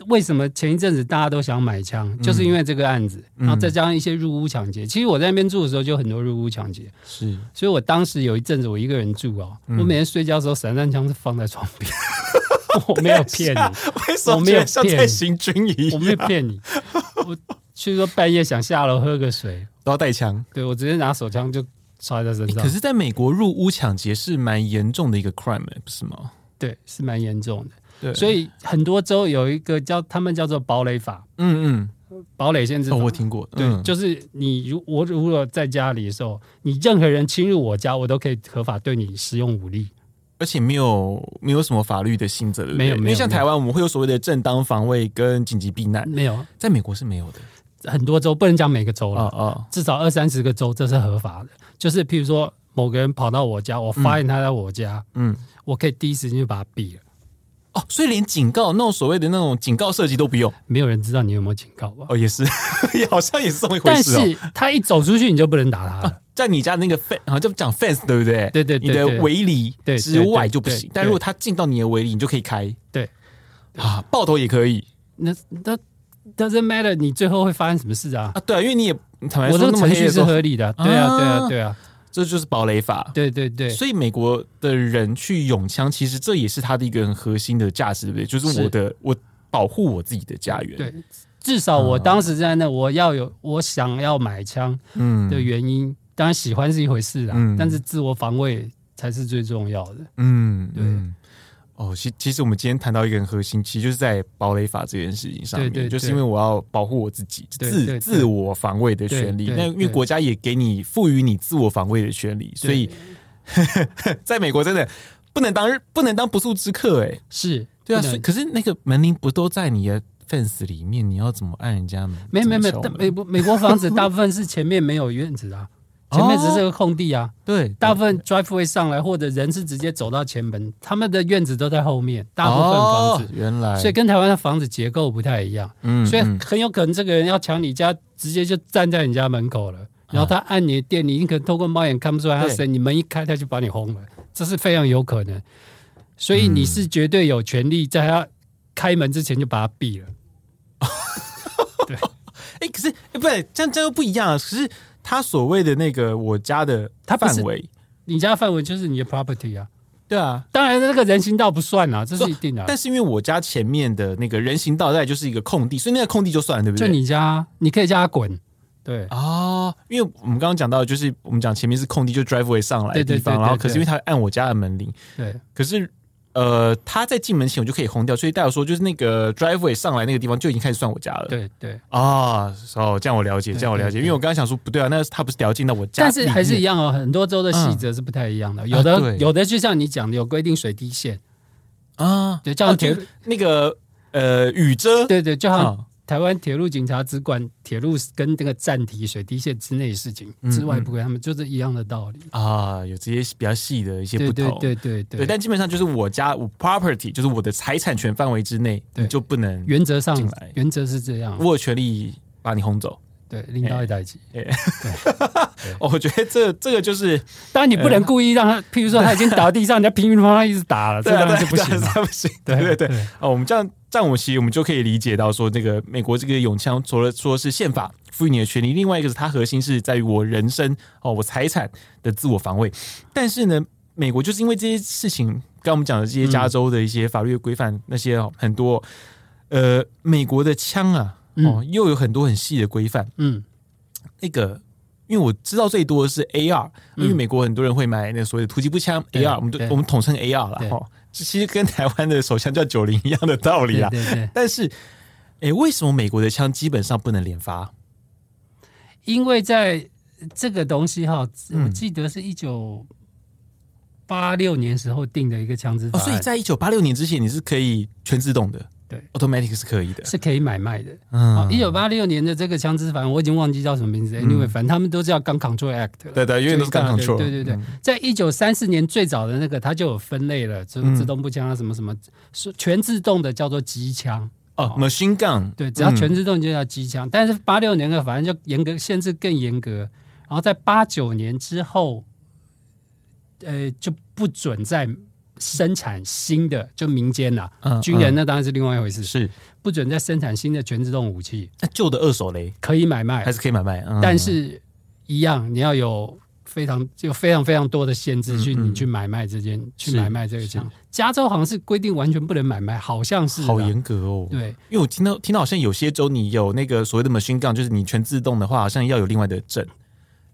S2: 为什么前一阵子大家都想买枪，就是因为这个案子，
S1: 嗯
S2: 然后再加上一些入屋抢劫。其实我在那边住的时候，就很多入屋抢劫，
S1: 是
S2: 所以我当时有一阵子我一个人住哦，
S1: 嗯
S2: 我每天睡觉的时候散弹枪是放在床边， 我没有 骗你，
S1: 为什么
S2: 我没有
S1: 觉得像
S2: 骗
S1: 在
S2: 你
S1: 行军一
S2: 我
S1: 样
S2: 没有骗你，我去说半夜想下楼喝个水，
S1: 都要带枪？
S2: 对我直接拿手枪就揣在身
S1: 欸
S2: 上，
S1: 可是，在美国入屋抢劫是蛮严重的一个 crime，、欸、不是吗？
S2: 对，是蛮严重的。
S1: 对，
S2: 所
S1: 以，
S2: 以很多州有一个叫他们叫做堡垒法，
S1: 嗯
S2: 堡垒限制
S1: 嗯，
S2: 法。
S1: 哦，我听过，
S2: 对，
S1: 嗯
S2: 就是你如我如果在家里的时候，你任何人侵入我家，我都可以合法对你使用武力。
S1: 而且没有没有什么法律的新责，对不对
S2: 没有
S1: 因
S2: 没
S1: 为
S2: 有
S1: 像
S2: 没有
S1: 台湾我们会有所谓的正当防卫跟紧急避难，
S2: 没有，
S1: 在美国是没有的。
S2: 很多州不能讲每个州了，
S1: 哦哦，
S2: 至少二三十个州这是合法的。就是譬如说某个人跑到我家，我发现他在我家，
S1: 嗯，
S2: 我可以第一时间就把他毙了，
S1: 哦，所以连警告那种所谓的那种警告射击都不用。
S2: 没有人知道你有没有警告吧？
S1: 哦，也是， 也好像也是这么一回
S2: 但
S1: 事哦。啊
S2: 是他一走出去，你就不能打他了。
S1: 在你家那个 fence，好像就讲 fence，对不对？
S2: 对对对
S1: 你的
S2: 对
S1: 围篱
S2: 对对
S1: 之外就不
S2: 对
S1: 行
S2: 对，
S1: 但如果他进到你的围篱，你就可以开。
S2: 对
S1: 啊，爆头也可以
S2: 那那 doesn't matter，你最后会发生什么事啊？
S1: 啊，对啊，因为你也坦白说，
S2: 我这个
S1: 那么
S2: 程
S1: 黑
S2: 序
S1: 的时
S2: 是
S1: 候，
S2: 合理的， 对啊，对啊，对啊，
S1: 这就是堡垒法。
S2: 对对对，
S1: 所以美国的人去拥枪，其实这也是他的一个很核心的价值，对不对？就是
S2: 是
S1: 我的我保护我自己的家园。
S2: 对，至少我当时在那，我要有我想要买枪
S1: 嗯
S2: 的原因，当然喜欢是一回事啦，
S1: 嗯
S2: 但是自我防卫才是最重要的。
S1: 嗯
S2: 对
S1: 嗯哦，其其实我们今天谈到一个很核心，其实就是在堡垒法这件事情上面，
S2: 对对
S1: 就是
S2: 对
S1: 因为我要保护我自己
S2: 对对
S1: 自
S2: 对
S1: 自我防卫的权利。
S2: 对对
S1: 那因为
S2: 对
S1: 国家也给你赋予你自我防卫的权利，所以 在美国真的不能当不能当不速之客哎、
S2: 是，
S1: 对啊，
S2: 不能
S1: 所以可是那个门铃不都在你的 fence 里面，你要怎么按人家门？
S2: 没没没
S1: 怎么，敲
S2: 但
S1: 门
S2: 美国美国房子大部分是前面没有院子啊，前面只是个空地
S1: 哦
S2: 啊，
S1: 对，
S2: 大部分 driveway 上来或者人是直接走到前门，他们的院子都在后面，大部分房
S1: 哦
S2: 子，、
S1: 原来，
S2: 所以跟台湾的房子结构不太一样，
S1: 嗯
S2: 所以
S1: 嗯
S2: 很有可能这个人要抢你家，直接就站在你家门口了。然后他按你的电铃，你可能透过猫眼看不出来他
S1: 啊对
S2: 谁，你门一开他就把你轰了，这是非常有可能。所以你是绝对有权利在他开门之前就把他毙了。
S1: 哎、可是、哎，不对，这样这样又不一样啊。可是他所谓的那个我家的
S2: 他不
S1: 范
S2: 是
S1: 围，
S2: 你家范围就是你的 property 啊，
S1: 对啊。
S2: 当然，那个人行道不算啦，这是一定的啊。
S1: 但是因为我家前面的那个人行道带就是一个空地，所以那个空地就算了，对不
S2: 就
S1: 对？
S2: 你家，你可以叫他滚。对，
S1: 哦，因为我们刚刚讲到，就是我们讲前面是空地，就 driveway 上来的
S2: 对对
S1: 地方，
S2: 对对
S1: 然后可是
S2: 对
S1: 因为他按我家的门铃，
S2: 对，
S1: 可是呃，他在进门前我就可以轰掉，所以代表说就是那个 driveway 上来那个地方就已经开始算我家了。
S2: 对，对。
S1: 啊，哦，这样我了解，
S2: 对
S1: 这样我了解，
S2: 对
S1: 因为我刚刚想说不对啊，那他不是掉进到我家
S2: 但
S1: 里面，嗯
S2: 是还是一样哦，很多州的细则是不太一样的。有
S1: 啊
S2: 的
S1: 对
S2: 有的就像你讲的，有规定水滴线，
S1: 啊，
S2: 对，就像
S1: 哦
S2: 铁
S1: 就，那个呃雨遮，
S2: 对对，就像
S1: 啊
S2: 台湾铁路警察只管铁路跟那个站体水滴线之内的事情，
S1: 嗯
S2: 之外不管他们就是一样的道理。
S1: 啊，有这些比较细的一些
S2: 对
S1: 不
S2: 对
S1: 同，
S2: 对对
S1: 对但基本上就是我家我 property，就是我的财产权范围之内，
S2: 对
S1: 你就不能，
S2: 原则上
S1: 进来
S2: 原则是这样
S1: 我。有哎权利把你轰走。
S2: 对，领导一代级。
S1: 哦，我觉得这这个就是
S2: 当然你不能故意让他，譬如说他已经倒地 上，你要乒乒乓乓一直打了，这
S1: 哎对啊
S2: 当然
S1: 对
S2: 就
S1: 啊
S2: 不
S1: 对啊
S2: 行了。
S1: 这不行，对对对。哦，我们这样这样，我们其实我们就可以理解到说，这个美国这个永枪，除了说是宪法赋予你的权利，另外一个是它核心是在于我人身哦，我财产的自我防卫。但是呢，美国就是因为这些事情，刚刚我们讲的这些
S2: 嗯
S1: 加州的一些法律的规范，那些、哦、很多，呃，美国的枪啊，哦，又有很多很细的规范。
S2: 嗯，
S1: 那个，因为我知道最多的是 AR，、因为美国很多人会买那所谓的突击步枪
S2: 嗯对
S1: AR，我们都
S2: 对
S1: 我们统称 AR 了
S2: 对
S1: 哈。这其实跟台湾的手枪叫九零一样的道理
S2: 对
S1: 啦。
S2: 对对。
S1: 但是，哎、为什么美国的枪基本上不能连发？
S2: 因为在这个东西哈，
S1: 嗯
S2: 我记得是一九八六年时候定的一个枪支
S1: 哦，
S2: 法
S1: 所以
S2: 案，
S1: 在一九八六年之前，你是可以全自动的，
S2: 对
S1: ，automatic 是可以的。
S2: 是哦可以买卖的。
S1: 嗯，
S2: 一九八六年的这个枪支法案，我已经忘记叫什么名字。Anyway，反正他们都叫《Gun Control Act》了。
S1: 对对，因为都是刚 control，
S2: 对对对，
S1: 嗯
S2: 在一九三四年最早的那个，它就有分类了，
S1: 嗯
S2: 就是自动步枪啊，什么什么，是全自动的叫做机枪。
S1: 哦，machine gun，
S2: 对，只要全
S1: 嗯
S2: 自动就叫机枪。但是八六年的反正就严格限制更严格，然后在八九年之后，呃，就不准再生产新的，就民间啦、
S1: 嗯
S2: 军人那当然是另外一回事，
S1: 是
S2: 不准再生产新的全自动武器，
S1: 那旧的二手雷
S2: 可以买卖
S1: 还，是可以买卖，嗯
S2: 但是一样你要有。非常有非常非常多的限制去
S1: 嗯嗯
S2: 你去买卖这件去
S1: 是
S2: 买卖这个枪，加州好像是规定完全不能买卖，好像是啊
S1: 好严格哦。
S2: 对，
S1: 因为我听到听到好像有些州你有那个所谓的 machine gun，就是你全自动的话，好像要有另外的证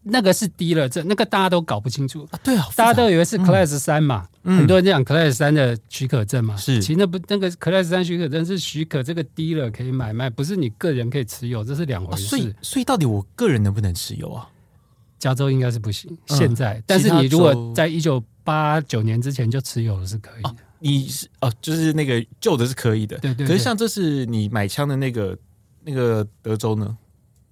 S2: 那个是低了，这那个大家都搞不清楚，
S1: 啊。对啊
S2: 大家都以为是 Class 三嘛，
S1: 嗯
S2: 很多人讲 Class 三的许可证嘛，
S1: 是
S2: 其实那不那个 Class 三许可证是许可这个 dealer 可以买卖，不是你个人可以持有，这是两回
S1: 啊所
S2: 事。
S1: 以所以到底我个人能不能持有啊？
S2: 加州应该是不行，
S1: 嗯
S2: 现在，但
S1: 其
S2: 是
S1: 他
S2: 你如果
S1: 州
S2: 在一九八九年之前就持有了是可以的，
S1: 你是哦、就是那个旧的是可以的，
S2: 对对对
S1: 可是像这是你买枪的那个那个德州呢，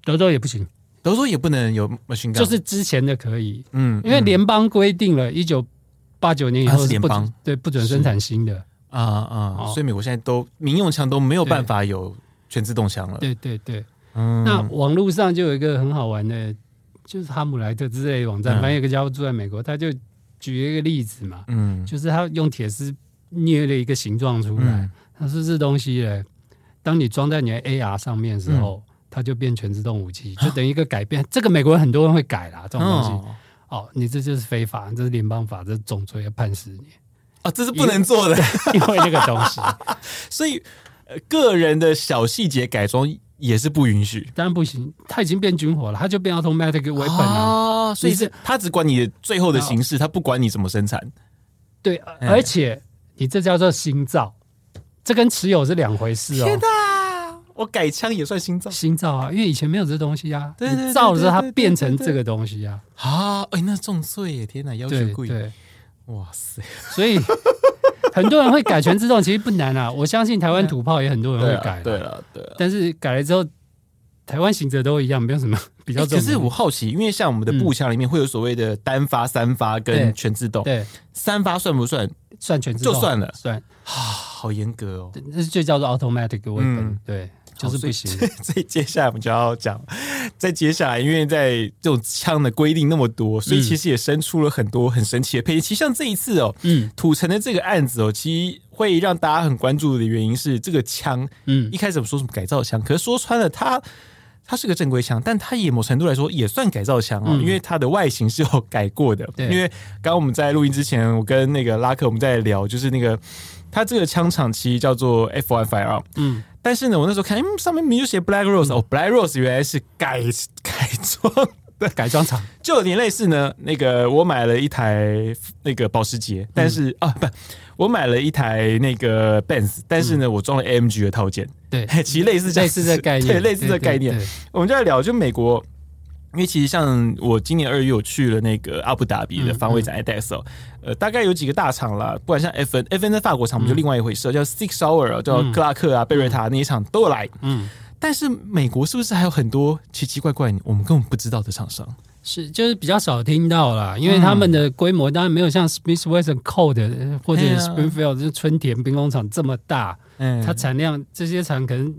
S2: 德州也不行，
S1: 德州也不能有 machine gun，
S2: 就是之前的可以，
S1: 嗯，
S2: 因为
S1: 嗯
S2: 联邦规定了，一九八九年以
S1: 啊
S2: 后
S1: 是
S2: 是不
S1: 联邦
S2: 准对不准生产新的，
S1: 啊啊、
S2: 哦
S1: 所以美国现在都民用枪都没有
S2: 对
S1: 办法有全自动枪了。
S2: 对对对。
S1: 嗯，
S2: 那网络上就有一个很好玩的，就是哈姆莱特之类的网站，
S1: 嗯
S2: 反正有个家伙住在美国，他就举了一个例子嘛，
S1: 嗯
S2: 就是他用铁丝捏了一个形状出来，
S1: 嗯
S2: 他说这东西嘞，当你装在你的 AR 上面的时
S1: 嗯
S2: 候，它就变全自动武器，就等于一个改变。这个美国人很多人会改啦，这种东西。哦
S1: 啊哦
S2: 你这就是非法，这是联邦法，这是重罪要判十年，
S1: 啊，这是不能做 的，
S2: 因为那个东西，
S1: 所以、呃、个人的小细节改装也是不允许。
S2: 当然不行，它已经变军火了，它就变 automatic 为本了。
S1: 啊，所以
S2: 你
S1: 是他只管你的最后的形式，他不管你怎么生产。
S2: 对，
S1: 哎
S2: 而且你这叫做新造，这跟持有是两回事哦。
S1: 哪，我改枪也算心脏
S2: 新造啊，因为以前没有这东西啊，
S1: 对对对
S2: 你造了之后它
S1: 对对对
S2: 变成
S1: 对
S2: 这个东西啊。
S1: 啊！哎，那重罪耶！天哪，要求
S2: 对
S1: 贵，
S2: 对，
S1: 哇塞！
S2: 所以 很多人会改全自动，其实不难啊。我相信台湾土炮也很多人
S1: 对
S2: 会
S1: 啊
S2: 改，，
S1: 对了，对了。
S2: 但是改了之后，台湾行者都一样，没有什么 比较
S1: 哎
S2: 重
S1: 可
S2: 的。
S1: 是我好奇，因为像我们的步枪里面会有所谓的单发、三发跟
S2: 对
S1: 全自动，
S2: 对
S1: 三发算不算？
S2: 算全自
S1: 就
S2: 动
S1: 算了
S2: 算，
S1: 啊，好严格哦。
S2: 那就叫做 automatic weapon，、
S1: 嗯
S2: 对，就是不行
S1: 好。所以所以接下来我们就要讲，在接下来，因为在这种枪的规定那么多，所以
S2: 嗯
S1: 其实也生出了很多很神奇的配件。其实像这一次哦，
S2: 嗯
S1: 土城的这个案子哦，其实会让大家很关注的原因是，这个枪
S2: 嗯
S1: 一，开始我们说什么改造枪，可是说穿了它。它是个正规枪，但它也某程度来说也算改造枪哦，
S2: 嗯
S1: 因为它的外形是有改过的。
S2: 对
S1: 因为刚刚我们在录音之前，我跟那个拉克我们在聊，就是那个它这个枪厂其实叫做 F One Firearm，
S2: 嗯，
S1: 但是呢，我那时候看，嗯，上面明明就写 Black Rose，、哦，Black Rose 原来是改 改装的，
S2: 改装厂
S1: 就有点类似呢。那个我买了一台那个保时捷，但是、啊不，我买了一台那个 Benz，但是呢，我装了 AMG 的套件，
S2: 对，
S1: 其实类似这样
S2: 类
S1: 子
S2: 似的概念，
S1: 对，类似的概念。
S2: 对，对
S1: 我们就来聊，就美国，因为其实像我今年二月我去了那个阿布达比
S2: 嗯
S1: 的防卫展 IDEX 哦，呃，大概有几个大厂啦，不管像 FN、FN 在法国厂，我们就另外一回事，叫 Six Hour，哦叫
S2: 嗯
S1: 克拉克啊、贝瑞塔那些厂都有来。
S2: 嗯，
S1: 但是美国是不是还有很多奇奇怪怪我们根本不知道的厂商？
S2: 是就是比较少听到啦，因为他们的规模当然没有像 Smith Wesson Cold 或者
S1: 哎呀
S2: Springfield 就是春田兵工厂这么大，
S1: 嗯，
S2: 它产量这些厂可能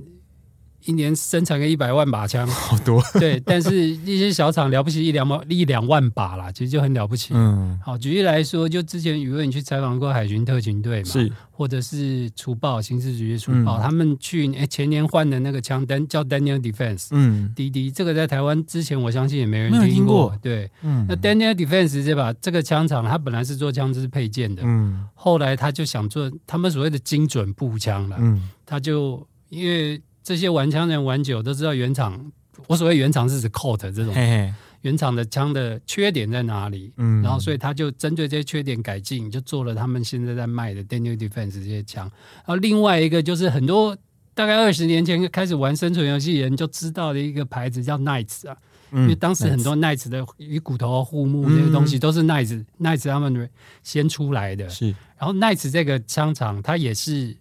S2: 一年生产个一百万把枪，
S1: 好多，
S2: 对，但是一些小厂了不起一两万一两万把啦，其实就很了不起。
S1: 嗯，
S2: 好，举例来说，就之前余文去采访过海军特勤队嘛，
S1: 是
S2: 或者是除暴刑事局除暴，
S1: 嗯
S2: 他们去哎前年换的那个枪单叫 Daniel Defense
S1: 嗯
S2: DD，这个在台湾之前我相信也没人
S1: 没有人听
S2: 过。
S1: 过
S2: 对，
S1: 嗯
S2: 那 Daniel Defense 这把这个枪厂，它本来是做枪支配件的，
S1: 嗯
S2: 后来他就想做他们所谓的精准步枪了，
S1: 嗯
S2: 他就因为这些玩枪人玩久都知道原厂，我所谓原厂是指 Colt 这种
S1: 嘿嘿
S2: 原厂的枪的缺点在哪里，
S1: 嗯
S2: 然后所以他就针对这些缺点改进，就做了他们现在在卖的 Daniel Defense 这些枪。然后另外一个就是很多大概二十年前开始玩生存游戏的人就知道的一个牌子叫 Knights 啊，
S1: 嗯
S2: 因为当时很多 Knights 的鱼骨头护木这些东西都是 Knights Knights 他们先出来的。
S1: 是
S2: 然后 Knights 这个枪厂，它也是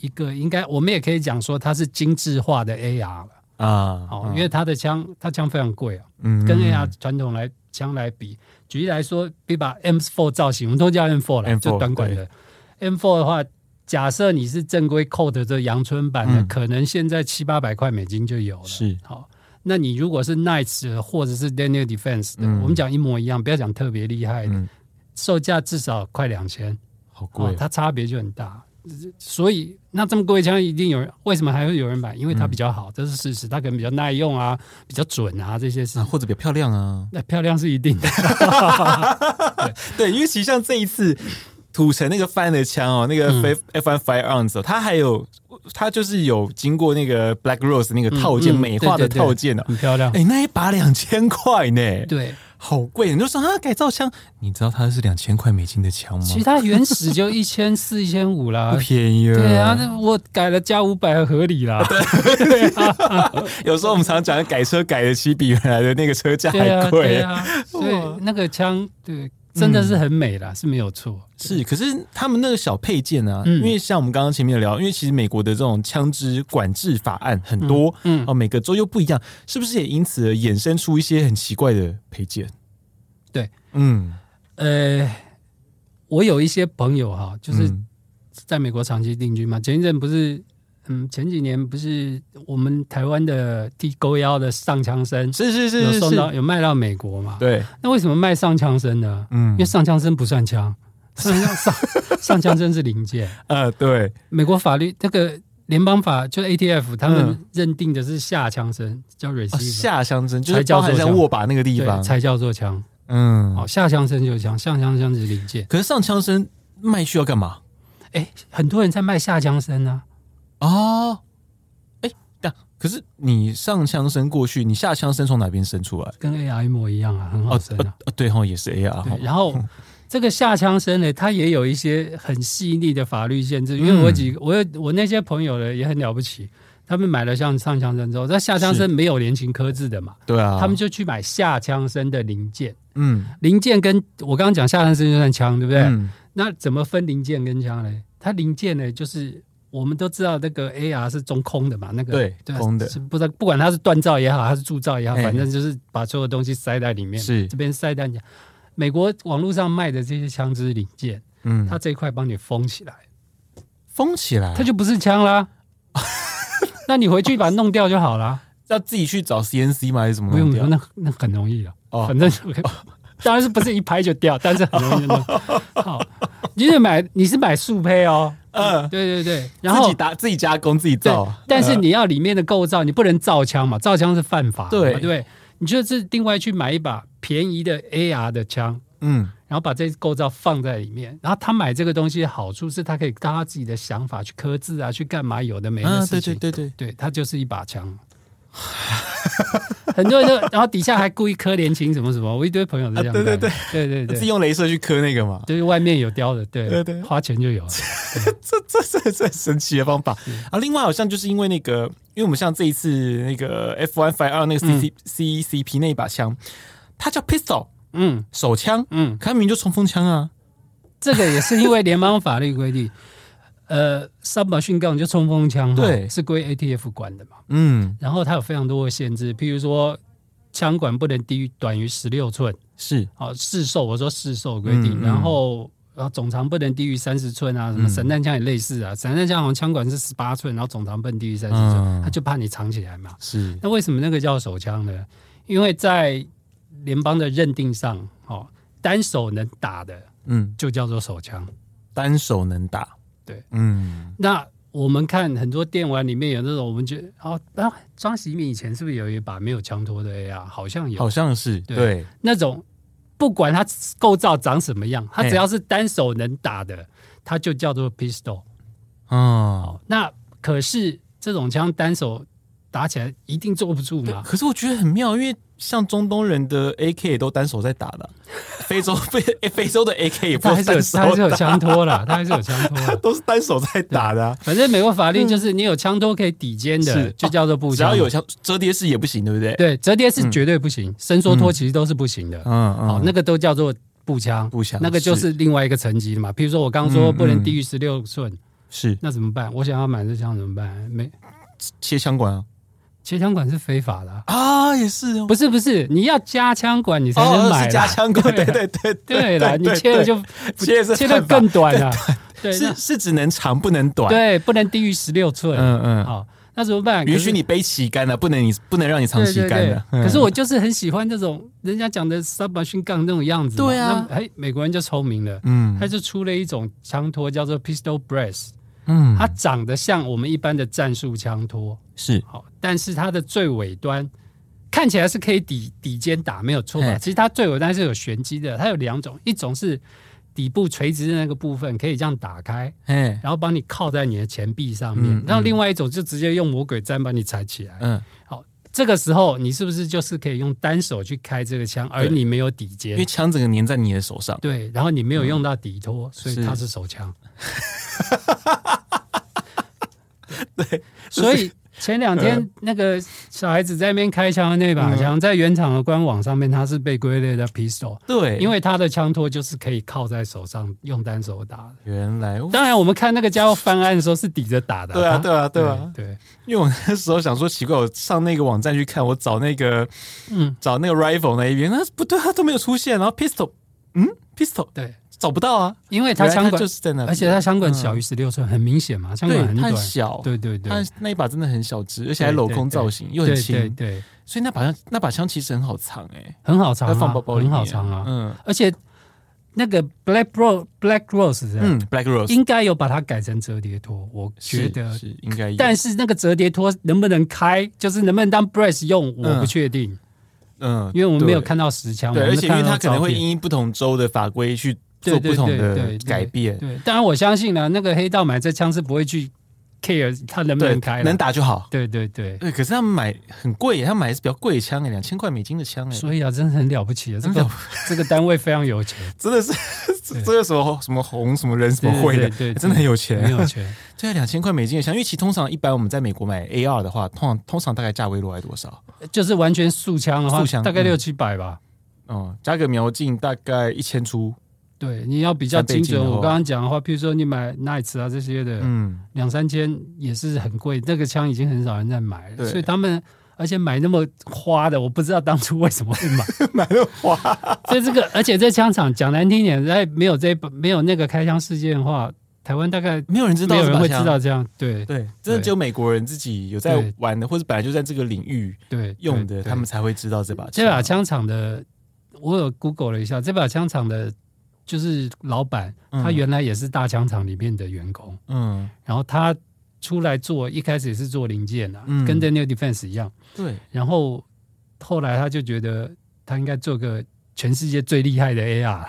S2: 一个应该我们也可以讲说它是精致化的 AR 了
S1: 啊，
S2: 哦，因为它的枪它枪非常贵啊。
S1: 嗯
S2: 跟 AR 传统来枪来比，举例来说，比把 M4 造型，我们都叫 M4 了，
S1: M4
S2: 就短管的 M4 的话，假设你是正规扣的这阳春版的，
S1: 嗯
S2: 可能现在七八百块美金就有了。
S1: 是
S2: 好，那你如果是 Knights 的或者是 Daniel Defense 的，
S1: 嗯
S2: 我们讲一模一样，不要讲特别厉害的，
S1: 嗯
S2: 售价至少快两千，
S1: 好贵
S2: 哦，
S1: 哦，
S2: 它差别就很大。所以，那这么贵的枪一定有人，为什么还会有人买？因为
S1: 嗯
S2: 它比较好，这是事实。它可能比较耐用啊，比较准啊，这些事情
S1: 啊。或者比较漂亮啊，
S2: 那漂亮是一 定的，
S1: 对，因为其实像这一次土城那个翻的枪哦，那个
S2: 嗯
S1: F F One Firearms，、哦、它还有它就是有经过那个 Black Rose 那个套件、
S2: 嗯嗯
S1: 美化的
S2: 对对对
S1: 套件哦。
S2: 很漂亮。
S1: 哎、那一把两千块呢，
S2: 对，
S1: 好贵！你就说啊，改造枪，你知道它是两千块美金的枪吗？
S2: 其实它原始就一千四、一千 五
S1: 不
S2: 啦。
S1: 便宜了。
S2: 对啊，那我改了加五百合 理啦。对啊，
S1: 有时候我们常讲改车改的，其实比原来的那个车价
S2: 对
S1: 还
S2: 啊，
S1: 贵、
S2: 对啊。所
S1: 哇嗯
S2: 以那个枪，对，真的是很美啦，是没有错。
S1: 是，可是他们那个小配件啊，
S2: 嗯
S1: 因为像我们刚刚前面有聊，因为其实美国的这种枪支管制法案很多，
S2: 嗯
S1: 哦，，每个州又不一样，是不是也因此而衍生出一些很奇怪的配件？
S2: 对，
S1: 嗯，
S2: 呃，我有一些朋友哈，就是
S1: 嗯
S2: 在美国长期定居嘛。前一阵不是，嗯，前几年不是我们台湾的地沟腰的上枪身
S1: 是是
S2: 有
S1: 是是
S2: 送
S1: 是，
S2: 到有卖到美国嘛？
S1: 对，
S2: 那为什么卖上枪身呢？
S1: 嗯
S2: 因为，上枪身不算枪，上 枪上上枪身是零件。
S1: 呃，对，
S2: 美国法律那个联邦法就是 ATF，他们
S1: 嗯
S2: 认定的是下枪身叫
S1: 哦
S2: receiver，、
S1: 下象征就是
S2: 才叫
S1: 包含
S2: 做
S1: 像
S2: 像
S1: 握把那个地
S2: 对，
S1: 方，
S2: 才哦叫做枪。
S1: 嗯，
S2: 好，下枪身就是枪，上枪身是零件。
S1: 可是上枪身卖去要干嘛？
S2: 哎，很多人在卖下枪身啊，
S1: 哦，哎，但可是你上枪声过去，你下枪声从哪边伸出来？
S2: 跟 AR 一模一样啊，很好升啊。
S1: 呃，对哈，也是哦 AR 哈
S2: 对，。然后
S1: 嗯
S2: 这个下枪声呢，它也有一些很细腻的法律限制。因为我
S1: 嗯
S2: 几个我有我那些朋友呢也很了不起，他们买了像上枪声之后，那下枪声没有连琴科制的嘛，
S1: 对啊，
S2: 他们就去买下枪声的零件。
S1: 嗯，
S2: 零件跟我刚刚讲下枪声就算枪，对不对？
S1: 嗯
S2: 那怎么分零件跟枪呢？它零件呢，就是我们都知道那个 AR 是中空的嘛，那个
S1: 对
S2: 啊
S1: 空的
S2: 是不知道不管它是锻造也好，它是铸造也好，
S1: 哎
S2: 反正就是把所有东西塞在里面。
S1: 是
S2: 这边塞在你美国网络上卖的这些枪支零件，
S1: 嗯，
S2: 它这一块帮你封起来，
S1: 封起来，
S2: 它
S1: 他就
S2: 就不是枪 啦。那你回去把它弄掉就好啦，
S1: 要自己去找 CNC 吗？还是怎么啊
S2: 不
S1: 弄
S2: 用
S1: 嗯掉？
S2: 那那很容易了。
S1: 哦
S2: 反正就可以 当然是不是一拍就掉，但是很容易就弄。好，你是买你是买速配哦，
S1: 嗯，
S2: 对对对，然后
S1: 自己打自己加工自己
S2: 对
S1: 造，
S2: 但是
S1: 呃
S2: 你要里面的构造，你不能造枪嘛，造枪是犯法的嘛，
S1: 对
S2: 对不对，你就是另外去买一把便宜的 AR 的枪，
S1: 嗯
S2: 然后把这构造放在里面，然后他买这个东西的好处是他可以当他自己的想法去刻字啊，去干嘛有的没的
S1: 啊，
S2: 事
S1: 对
S2: 情，
S1: 对对对，
S2: 对，它就是一把枪。 很多人就，然后底下还故意刻连琴什么什么，我一堆朋友都这
S1: 啊
S2: 样干、
S1: 对对对
S2: 对对对
S1: 自己用镭射去刻那个嘛，
S2: 就是外面有雕的，对
S1: 对对
S2: 花钱就有了，
S1: 这这这这神奇的方法啊！另外好像就是因为那个，因为我们像这一次那个 F one Five 二那个 C C C C P 那一把枪，它叫 pistol
S2: 嗯
S1: 手枪，
S2: 嗯。
S1: 可它明明就冲锋枪啊，
S2: 这个也是因为联邦法律规定，呃，三把训杠就冲锋枪哈，
S1: 对
S2: 是归 ATF 管的嘛。
S1: 嗯，
S2: 然后它有非常多的限制，譬如说枪管不能低于短于十六寸，
S1: 是
S2: 哦，市售我说市售规定，
S1: 嗯嗯
S2: 然后。然后总长不能低于三十寸啊，什么
S1: 嗯
S2: 散弹枪也类似啊，散弹枪好像枪管是十八寸，然后总长不能低于三十
S1: 嗯
S2: 寸，他就怕你藏起来嘛。
S1: 是，
S2: 那为什么那个叫手枪呢？因为在联邦的认定上，哦，单手能打的
S1: 嗯，
S2: 就叫做手枪。
S1: 单手能打，
S2: 对，
S1: 嗯，
S2: 那我们看很多电玩里面有那种，我们觉得哦，啊，庄喜敏以前是不是有一把没有枪托的 AR？好像有
S1: 好像是
S2: 对
S1: 对，
S2: 那种，不管它构造长什么样，它
S1: 嘿
S2: 只要是单手能打的，它就叫做 pistol。
S1: 啊，
S2: 那可是这种枪单手打起来一定坐不住嘛？
S1: 可是我觉得很妙，因为像中东人的 AK 也都单手在打 的，非洲非非洲的 AK 也不
S2: 它还
S1: 是
S2: 是有
S1: 单
S2: 它还是
S1: 手
S2: 有
S1: 打，
S2: 枪托 啦，它还是有枪托啦。
S1: 都是单手在打的啊、
S2: 反正美国法律就是你有枪托可以抵肩的
S1: 是，
S2: 就叫做步
S1: 只
S2: 枪。
S1: 要有像折叠式也不行，对不对？
S2: 对折叠是绝对不行，伸缩托其实都是不行的。
S1: 嗯嗯
S2: 嗯哦，那个都叫做步枪，
S1: 步枪
S2: 那个就是嗯另外一个层级的嘛。譬如说我刚说不能低于十六寸，
S1: 是
S2: 那怎么办？我想要买这枪怎么办？没，
S1: 切枪管啊
S2: 切枪管是非法的啊、
S1: 啊，也是哦，
S2: 不是不是，你要加枪管你才能
S1: 哦，
S2: 买
S1: 是加
S2: 啦
S1: 枪管，对对对
S2: 对啦，你
S1: 对
S2: 切了就
S1: 对 切是
S2: 切的
S1: 犯法
S2: 更短了，对
S1: 是
S2: 那
S1: 是只能长不能短，
S2: 对，不能低于十六寸。
S1: 嗯嗯，
S2: 好，那怎么办？
S1: 允许
S2: 可是
S1: 你背旗杆的，不能你不能让你藏旗
S2: 对对
S1: 杆
S2: 对
S1: 的。，嗯
S2: 可是我就是很喜欢这种人家讲的 submachine 杠那种样子嘛。
S1: 对啊
S2: 那哎，美国人就聪明了，
S1: 嗯
S2: 他就出了一种枪托叫做 pistol brace，
S1: 嗯，
S2: 它长得像我们一般的战术枪托，
S1: 是
S2: 好，但是它的最尾端看起来是可以底底尖打，没有错吧？
S1: 嘿
S2: 其实它最尾端是有玄机的，它有两种，一种是底部垂直的那个部分可以这样打开，
S1: 哎
S2: 然后帮你靠在你的前臂上面，
S1: 嗯
S2: 然后另外一种就直接用魔鬼毡把你踩起来。
S1: 嗯，
S2: 好，这个时候你是不是就是可以用单手去开这个枪，而
S1: 对
S2: 你没有底
S1: 因为
S2: 尖？
S1: 枪整个粘在你的手上，
S2: 对，然后你没有用到底托，所以
S1: 嗯是
S2: 它是手枪。
S1: 对，嗯
S2: 所以前两天那个小孩子在那边开枪的那把枪，在原厂的官网上面，它是被归类的 pistol，
S1: 对，
S2: 因
S1: 为
S2: 为它的枪托就是可以靠在手上用单手打的。
S1: 原来
S2: 当然，我们看那个家伙翻案的时候是抵着打的。
S1: 对啊
S2: 它
S1: 对啊对啊
S2: 对，
S1: 因为我那时候想说奇怪，我上那个网站去看，我找那个
S2: 嗯，
S1: 找那个 rifle 那一边，那不对，它都没有出现，然后 pistol，嗯，pistol
S2: 对，
S1: 找不到啊，
S2: 因为
S1: 原
S2: 它
S1: 来
S2: 哎枪管
S1: 就，是在那边，
S2: 而且它枪管小于十六寸，很明显嘛，枪管
S1: 对
S2: 很
S1: 它
S2: 短
S1: 很。小，
S2: 对对对
S1: 它，那一把真的很小只，而且还
S2: 对
S1: 镂
S2: 对
S1: 空
S2: 对
S1: 造型，又很
S2: 对
S1: 轻，
S2: 对对，
S1: 所以那把枪那把枪其实很好藏哎、
S2: 很好藏
S1: 它
S2: 啊，
S1: 放包包里
S2: 很
S1: 面
S2: 好藏啊。
S1: 嗯
S2: 而且那个 Black Rose Black Rose 是吧
S1: 嗯，Black Rose
S2: 应该有把它改成折叠托，我觉
S1: 是
S2: 得。
S1: 是应该有，
S2: 但是那个折叠托能不能开，就是能不能当 brace 用，
S1: 嗯
S2: 我不确定，
S1: 嗯，
S2: 因为啊我们没有
S1: 对
S2: 看到实枪，
S1: 对，
S2: 我
S1: 而
S2: 们
S1: 且因
S2: 看
S1: 为
S2: 到
S1: 它可能会
S2: 照片
S1: 因不同州的法规去做
S2: 对对
S1: 不同
S2: 对对
S1: 的
S2: 对
S1: 改变，
S2: 啊对，当然我相信呢，那个黑道买这枪是不会去 care 他能不
S1: 对
S2: 能开，
S1: 能。打就好。
S2: 对对对，
S1: 对，可是他们买很贵耶，他们买的是比较贵的枪哎，两千块美金的枪哎，
S2: 所以啊，真的很了不起啊，这
S1: 很了
S2: 个 这个单位非常有钱，
S1: 真的是 这这有什么什么红什么人什么会的哎
S2: 对对对，对
S1: 真的很有
S2: 很有
S1: 钱。
S2: 钱。
S1: 对，啊两千块美金的枪，因为其实通常一般我们在美国买 AR 的话，通常通常大概价位落在多少？
S2: 就是完全速枪的话
S1: 速枪，
S2: 大概
S1: 嗯
S2: 六七百吧。
S1: 哦，加个瞄镜大概一千出，
S2: 对，你要比较
S1: 三倍
S2: 精
S1: 镜
S2: 准。
S1: 的
S2: 我
S1: 话
S2: 刚刚讲的话，譬如说你买 Nights 啊这些的，
S1: 嗯，
S2: 两三千也是很贵，那个枪已经很少人在买了，
S1: 对
S2: 所以他们而且买那么花的，我不知道当初为什么会 买。
S1: 嗯买了花，
S2: 所以这个，而且这枪厂讲难听点，在没有这没有那个开枪事件的话，台湾大概
S1: 没有人知道
S2: 没有
S1: 这
S2: 人
S1: 把
S2: 会知
S1: 枪
S2: 道这样。对
S1: 对，真的只有美国人自己有在
S2: 对
S1: 玩的，或者本来就在这个领域
S2: 对，
S1: 用
S2: 对
S1: 的，
S2: 对
S1: 他们才会知道这把枪。
S2: 这把枪厂的，我有 Google 了一下，这把枪厂的，就是老板，
S1: 嗯
S2: 他原来也是大枪厂里面的员工。
S1: 嗯，
S2: 然后他出来做，一开始也是做零件啊，
S1: 嗯
S2: 跟 Daniel Defense 一样。
S1: 对，
S2: 然后后来他就觉得他应该做个全世界最厉害的 AR，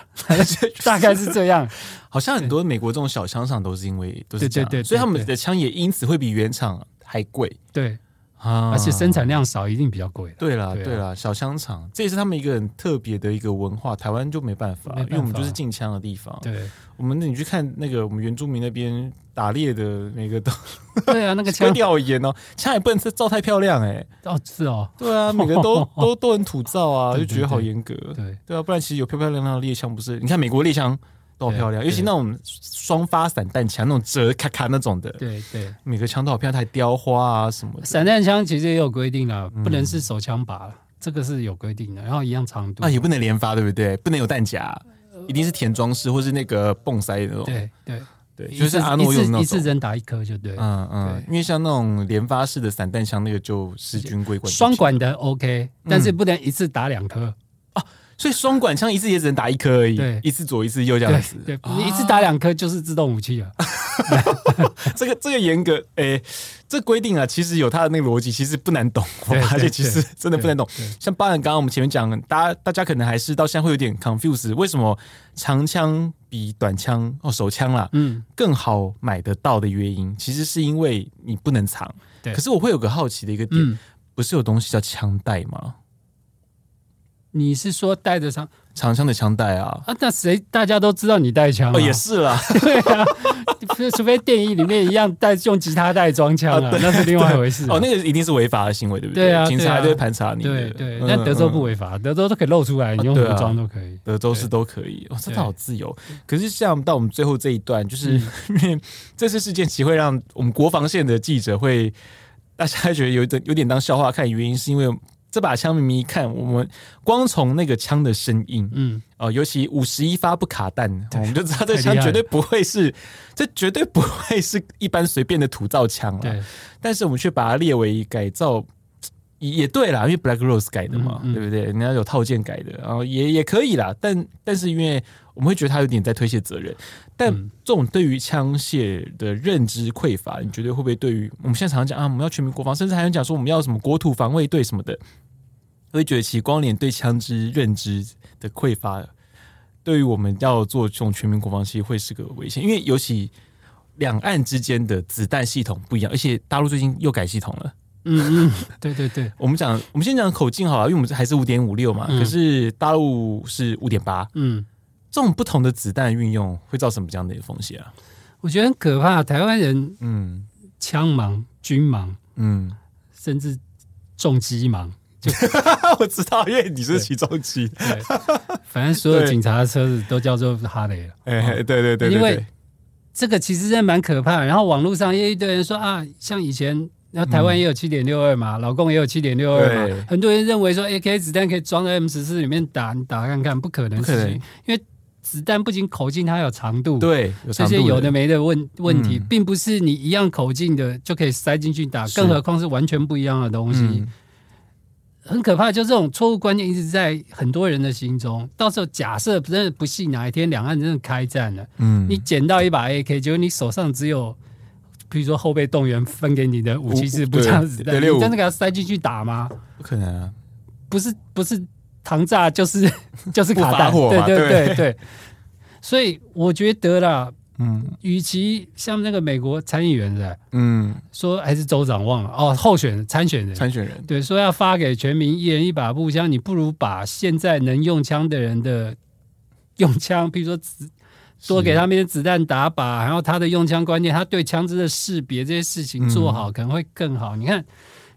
S2: 大概是这样。
S1: 好像很多美国这种小枪厂都是因为都是
S2: 对
S1: 这样，
S2: 对对对
S1: 所以他们的枪也因此会比原厂还贵
S2: 对，
S1: 啊，
S2: 而且生产量少，一定比较贵的。
S1: 对啦
S2: 对啊
S1: 对啦，小枪厂这也是他们一个很特别的一个文化，台湾就没办法，
S2: 没办法
S1: 因为我们就是禁枪的地方。
S2: 对
S1: 我们你去看那个我们原住民那边打猎的那 个都
S2: 对啊，那个
S1: 会
S2: 枪
S1: 掉眼哦，枪也不能照太漂亮哎、
S2: 哦是哦，
S1: 对 啊，每个都都都很土造啊，就
S2: 对对
S1: 觉得好严格。
S2: 对
S1: 对啊，不然其实有漂漂亮亮的猎枪不是？你看美国猎枪都好漂亮，
S2: 对
S1: 尤其那种双发散弹枪，那种折咔咔那种的，
S2: 对对。
S1: 每个枪都好漂亮，还雕花啊什么的。
S2: 散弹枪其实也有规定了，
S1: 嗯
S2: 不能是手枪靶，这个是有规定的。然后一样长度
S1: 啊，。也不能连发，对不对？不能有弹夹，一定是填装式或是那个泵塞的那种。
S2: 呃对对，
S1: 对，
S2: 一
S1: 就
S2: 次
S1: 是阿诺
S2: 一
S1: 用
S2: 次
S1: 的那
S2: 一次
S1: 种。
S2: 人打一颗就对。
S1: 嗯嗯，因为像那种连发式的散弹枪，那个就是军规管制
S2: 双，管的 OK，但
S1: 嗯
S2: 是不能一次打两颗。
S1: 所以双管枪一次也只能打一颗而已
S2: 对，
S1: 一次左一次右这样子。哦啊
S2: 对，对，你一次打两颗就是自动武器了。
S1: 这个这个严格，诶、这规定啊，其实有它的那个逻辑，其实不难懂。我
S2: 对
S1: 发
S2: 对
S1: 现其实
S2: 对
S1: 真的不难懂
S2: 对对。
S1: 像包含刚刚我们前面讲，大家大家可能还是到现在会有点 confuse，为什么长枪比短枪哦手枪啦
S2: 嗯，
S1: 更好买得到的原因，其实是因为你不能藏。
S2: 对
S1: 可是我会有个好奇的一个点，
S2: 嗯
S1: 不是有东西叫枪带吗？
S2: 你是说带着枪
S1: 长枪的枪带啊，
S2: 啊？那谁大家都知道你带枪、啊
S1: 哦也是啦，
S2: 对啊， 除除非电影里面一样带用吉他带装枪啊，那是另外一回事啊、
S1: 哦那个一定是违法的行为，对不
S2: 对啊
S1: 警察
S2: 对啊
S1: 还就会盘查你的。
S2: 对对，
S1: 嗯
S2: 但德州
S1: 嗯
S2: 不违法，德州都可以露出来，你用
S1: 对啊
S2: 武装都可以。
S1: 德州是都可以，哇，真的
S2: 对
S1: 好自由。可是像到我们最后这一段，就是、
S2: 嗯
S1: 因为 这次事件，其实会让我们国防线的记者会，大家觉得有点有点当笑话看，原因是因为这把枪明明一看，我们光从那个枪的声音，
S2: 嗯，
S1: 哦、尤其五十一发不卡弹，我们就知道这
S2: 太
S1: 枪
S2: 厉害
S1: 绝
S2: 了
S1: 对不会是，这绝对不会是一般随便的土造枪了。
S2: 对，
S1: 但是我们却把它列为改造，也也对啦，因为 Black Rose 改的嘛，
S2: 嗯嗯
S1: 对不对？人家有套件改的，然后也也可以啦。但但是因为我们会觉得他有点在推卸责任，但
S2: 嗯
S1: 这种对于枪械的认知匮乏，你觉得会不会对于我们现在常常讲啊，我们要全民国防，甚至还有讲说我们要什么国土防卫队什么的，会觉得其实光连对枪支认知的匮乏，对于我们要做这种全民国防，其实会是个危险，因为尤其。两岸之间的子弹系统不一样，而且大陆最近又改系统了。
S2: 嗯嗯，对对对，
S1: 我们讲，我们先讲口径好了，因为我们还是五点五六嘛，
S2: 嗯
S1: 可是大陆是五点八，
S2: 嗯，
S1: 这种不同的子弹运用会造成什么样的风险啊？
S2: 我觉得很可怕。台湾人
S1: 嗯
S2: 枪盲、军盲，
S1: 嗯，
S2: 甚至重机盲，
S1: 我知道，因为你是
S2: 对
S1: 起重机，
S2: 对，反正所有
S1: 对
S2: 警察的车子都叫做哈雷了。
S1: 哎，对对对对
S2: 哦因为
S1: 对，
S2: 这个其实真的蛮可怕的。然后网络上也有一堆人说啊，像以前，然后台湾也有七点六二嘛，老共也有七点六二
S1: 嗯对
S2: 嘛，很多人认为说 AK 子弹可以装在 M 十四里面打，你打看看，不可能
S1: 不
S2: 的
S1: 可
S2: 事
S1: 能
S2: 情，因为子弹不仅口径它有长度，，
S1: 嗯对，有
S2: 这
S1: 长
S2: 些
S1: 度
S2: 有的没的问问题
S1: 嗯，
S2: 并不是你一样口径的就可以塞进去打，
S1: 是
S2: 更何况是完全不一样的东西
S1: 嗯。
S2: 很可怕，就这种错误观念一直在很多人的心中。到时候假设真的不幸哪一天两岸真的开战了，
S1: 嗯
S2: 你捡到一把 AK，结果你手上只有，比如说后备动员分给你的武器是步枪子
S1: 对
S2: 弹，
S1: 对
S2: 你真的给它塞进去打吗？
S1: 不可能啊，
S2: 不是，不是膛炸，就是 就是卡
S1: 不发
S2: 弹，
S1: 火嘛
S2: 对对
S1: 对
S2: 对对。所以我觉得啦，
S1: 嗯
S2: 与其像那个美国参议员的
S1: 嗯，
S2: 说还是州长忘了哦，候选参选人
S1: 参选人，
S2: 对说要发给全民一人一把步枪，你不如把现在能用枪的人的用枪，比如说子多给他们一些子弹打靶，然后他的用枪观念，他对枪支的识别这些事情做好，可能会更好。你看，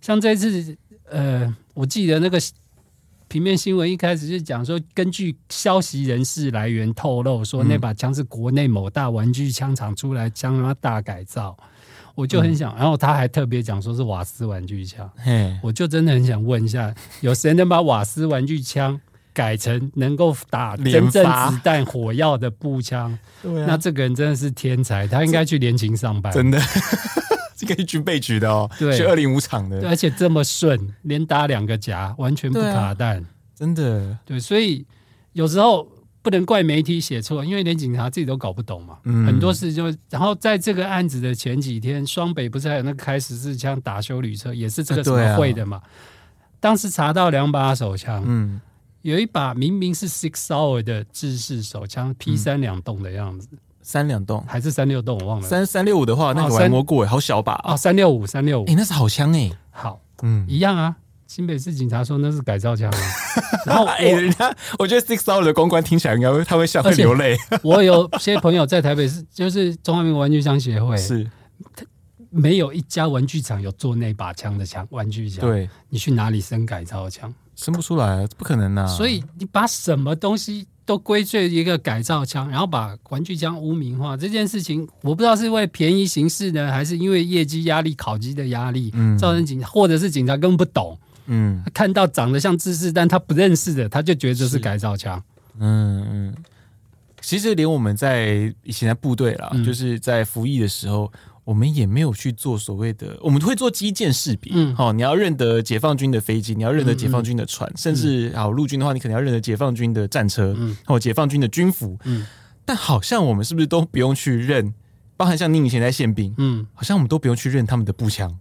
S2: 像这次，呃，我记得那个平面新闻一开始就讲说，根据消息人士来源透露说，那把枪是国内某大玩具枪厂出来枪，然后大改造。我就很想，然后他还特别讲说是瓦斯玩具枪，
S1: 嘿，
S2: 我就真的很想问 一下，有谁能把瓦斯玩具枪改成能够打真
S1: 连
S2: 正
S1: 发
S2: 子弹火药的步枪？
S1: 对啊
S2: 那这个人真的是天才，他应该去联勤上班。
S1: 真的 是可以军备局的哦，
S2: 对
S1: 是二零五厂
S2: 对
S1: 的，
S2: 而且这么顺，连打两个夹，完全不
S1: 对啊
S2: 卡弹。
S1: 真的，
S2: 对，所以有时候不能怪媒体写错，因为连警察自己都搞不懂嘛。
S1: 嗯
S2: 很多事就，然后在这个案子的前几天，双北不是还有那个开十字枪打修理车，也是这个
S1: 啊
S2: 什
S1: 对
S2: 么
S1: 啊
S2: 会的嘛？当时查到两把手枪，
S1: 嗯，
S2: 有一把明明是 Six Hour 的制式手
S1: 嗯
S2: 枪 P 三两洞的样子，
S1: 三两栋，
S2: 还是三六洞我忘了。
S1: 三三六五的话，那
S2: 哦
S1: 个
S2: 三
S1: 我还摸过哎，好小把
S2: 哦，
S1: 啊，
S2: 三六五，三六五
S1: 哎，，那是好香哎，
S2: 好，
S1: 嗯，
S2: 一样啊。新北市警察说那是改造枪啊， 然 后
S1: 哎，人家我觉得 Six Hour 的公关听起来应该会他会笑
S2: 而
S1: 会
S2: 且
S1: 流泪，
S2: 我我有些朋友在台北市，就是中华民国玩具枪协会，
S1: 是
S2: 没有一家玩具厂有做那把枪的枪玩具枪。，
S1: 对，
S2: 你去哪里生改造枪？
S1: 生不出来，不可能呐，啊
S2: 所以你把什么东西都归罪于一个改造枪，然后把玩具枪污名化这件事情，我不知道是因为便宜行事呢，还是因为业绩压力、考级的压力，
S1: 嗯
S2: 造成警或者是警察根本不懂，
S1: 嗯
S2: 他看到长得像自制但他不认识的，他就觉得这是
S1: 是
S2: 改造枪。
S1: 嗯嗯。其实连我们在以前在部队啦，
S2: 嗯
S1: 就是在服役的时候，我们也没有去做所谓的，我们会做基建识别。
S2: 嗯
S1: 哦，你要认得解放军的飞机，你要认得解放军的船，甚至好陆军的话，你可能要认得解放军的战车，
S2: 嗯
S1: 或解放军的军服。
S2: 嗯
S1: 但好像我们是不是都不用去认？包含像您以前在宪兵，
S2: 嗯，
S1: 好像我们都不用去认他们的步枪。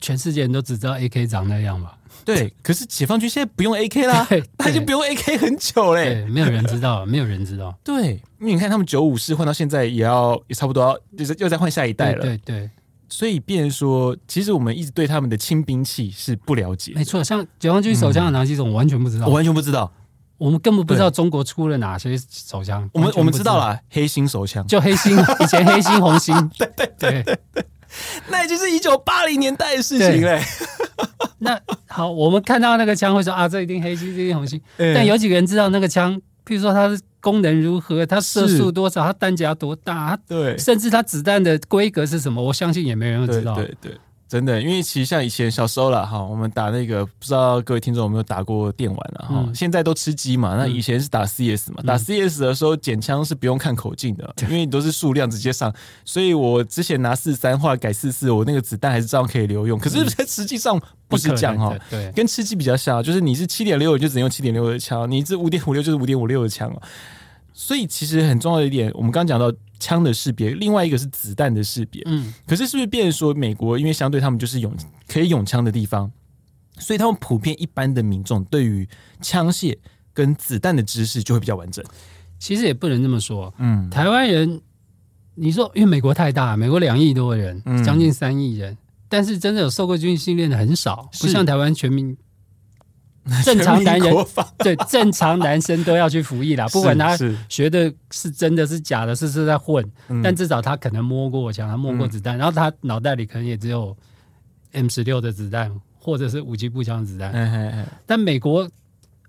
S2: 全世界人都只知道 AK 长那样吧？
S1: 对，可是解放军现在不用 AK 啦
S2: 对，
S1: 啊他已经不用 AK 很久嘞、
S2: 对，没有人知道，没有人 知道。
S1: 对，因为你看他们九五式换到现在也要也差不多要就是又再换下一代
S2: 对
S1: 了，
S2: 对对，
S1: 所以变成说，其实我们一直对他们的轻兵器是不了解
S2: 没，错。像解
S1: 嗯
S2: 放军手枪有哪几种，我完全不知道
S1: 我。完全不知道。
S2: 我们根本不知道中国出了哪些手枪。
S1: 我们
S2: 完全
S1: 我们
S2: 不
S1: 知道，啦，黑心手枪，
S2: 就黑心，以前黑心、红心，对对对。
S1: 那已经是一九八零年代的事情嘞。
S2: 那好，我们看到那个枪会说啊，这一定黑心，这一定 红心。但有几个人知道那个枪，譬如说它的功能如何，它射速多少，它弹夹多大，
S1: 对
S2: 它甚至它子弹的规格是什么，我相信也没人会
S1: 对
S2: 知道。
S1: 对对，真的，因为其实像以前小时候啦，哈，我们打那个不知道各位听众有没有打过电玩啊？哈、
S2: 嗯
S1: 现在都吃鸡嘛，那以前是打 CS 嘛，打 CS 的时候捡枪是不用看口径的，因为你都是数量直接上，所以我之前拿四三换改四四，我那个子弹还是照样可以留用，可是实际上不是这样哈。
S2: 嗯不可 能的，对，
S1: 跟吃鸡比较像，就是你是七点六，你就只能用七点六的枪；你这五点五六就是五点五六的枪哦。所以其实很重要的一点，我们刚刚讲到枪的识别，另外一个是子弹的识别。
S2: 嗯，
S1: 可是是不是变成说美国，因为相对他们就是永可以永枪的地方，所以他们普遍一般的民众对于枪械跟子弹的知识就会比较完整。
S2: 其实也不能这么说。
S1: 嗯，
S2: 台湾人，你说因为美国太大，美国两亿多人
S1: 嗯，
S2: 将近三亿人，但是真的有受过军事训练的很少，不
S1: 是
S2: 像台湾 全民正常男人
S1: 国防
S2: 对正常男生都要去服役啦，不管他
S1: 是是
S2: 学的是真的是假的，是是在混，
S1: 嗯
S2: 但至少他可能摸过枪，他摸过子弹，然后他脑袋里可能也只有 M 十六的子弹或者是五级步枪的子弹，
S1: 哎哎哎，
S2: 但美国，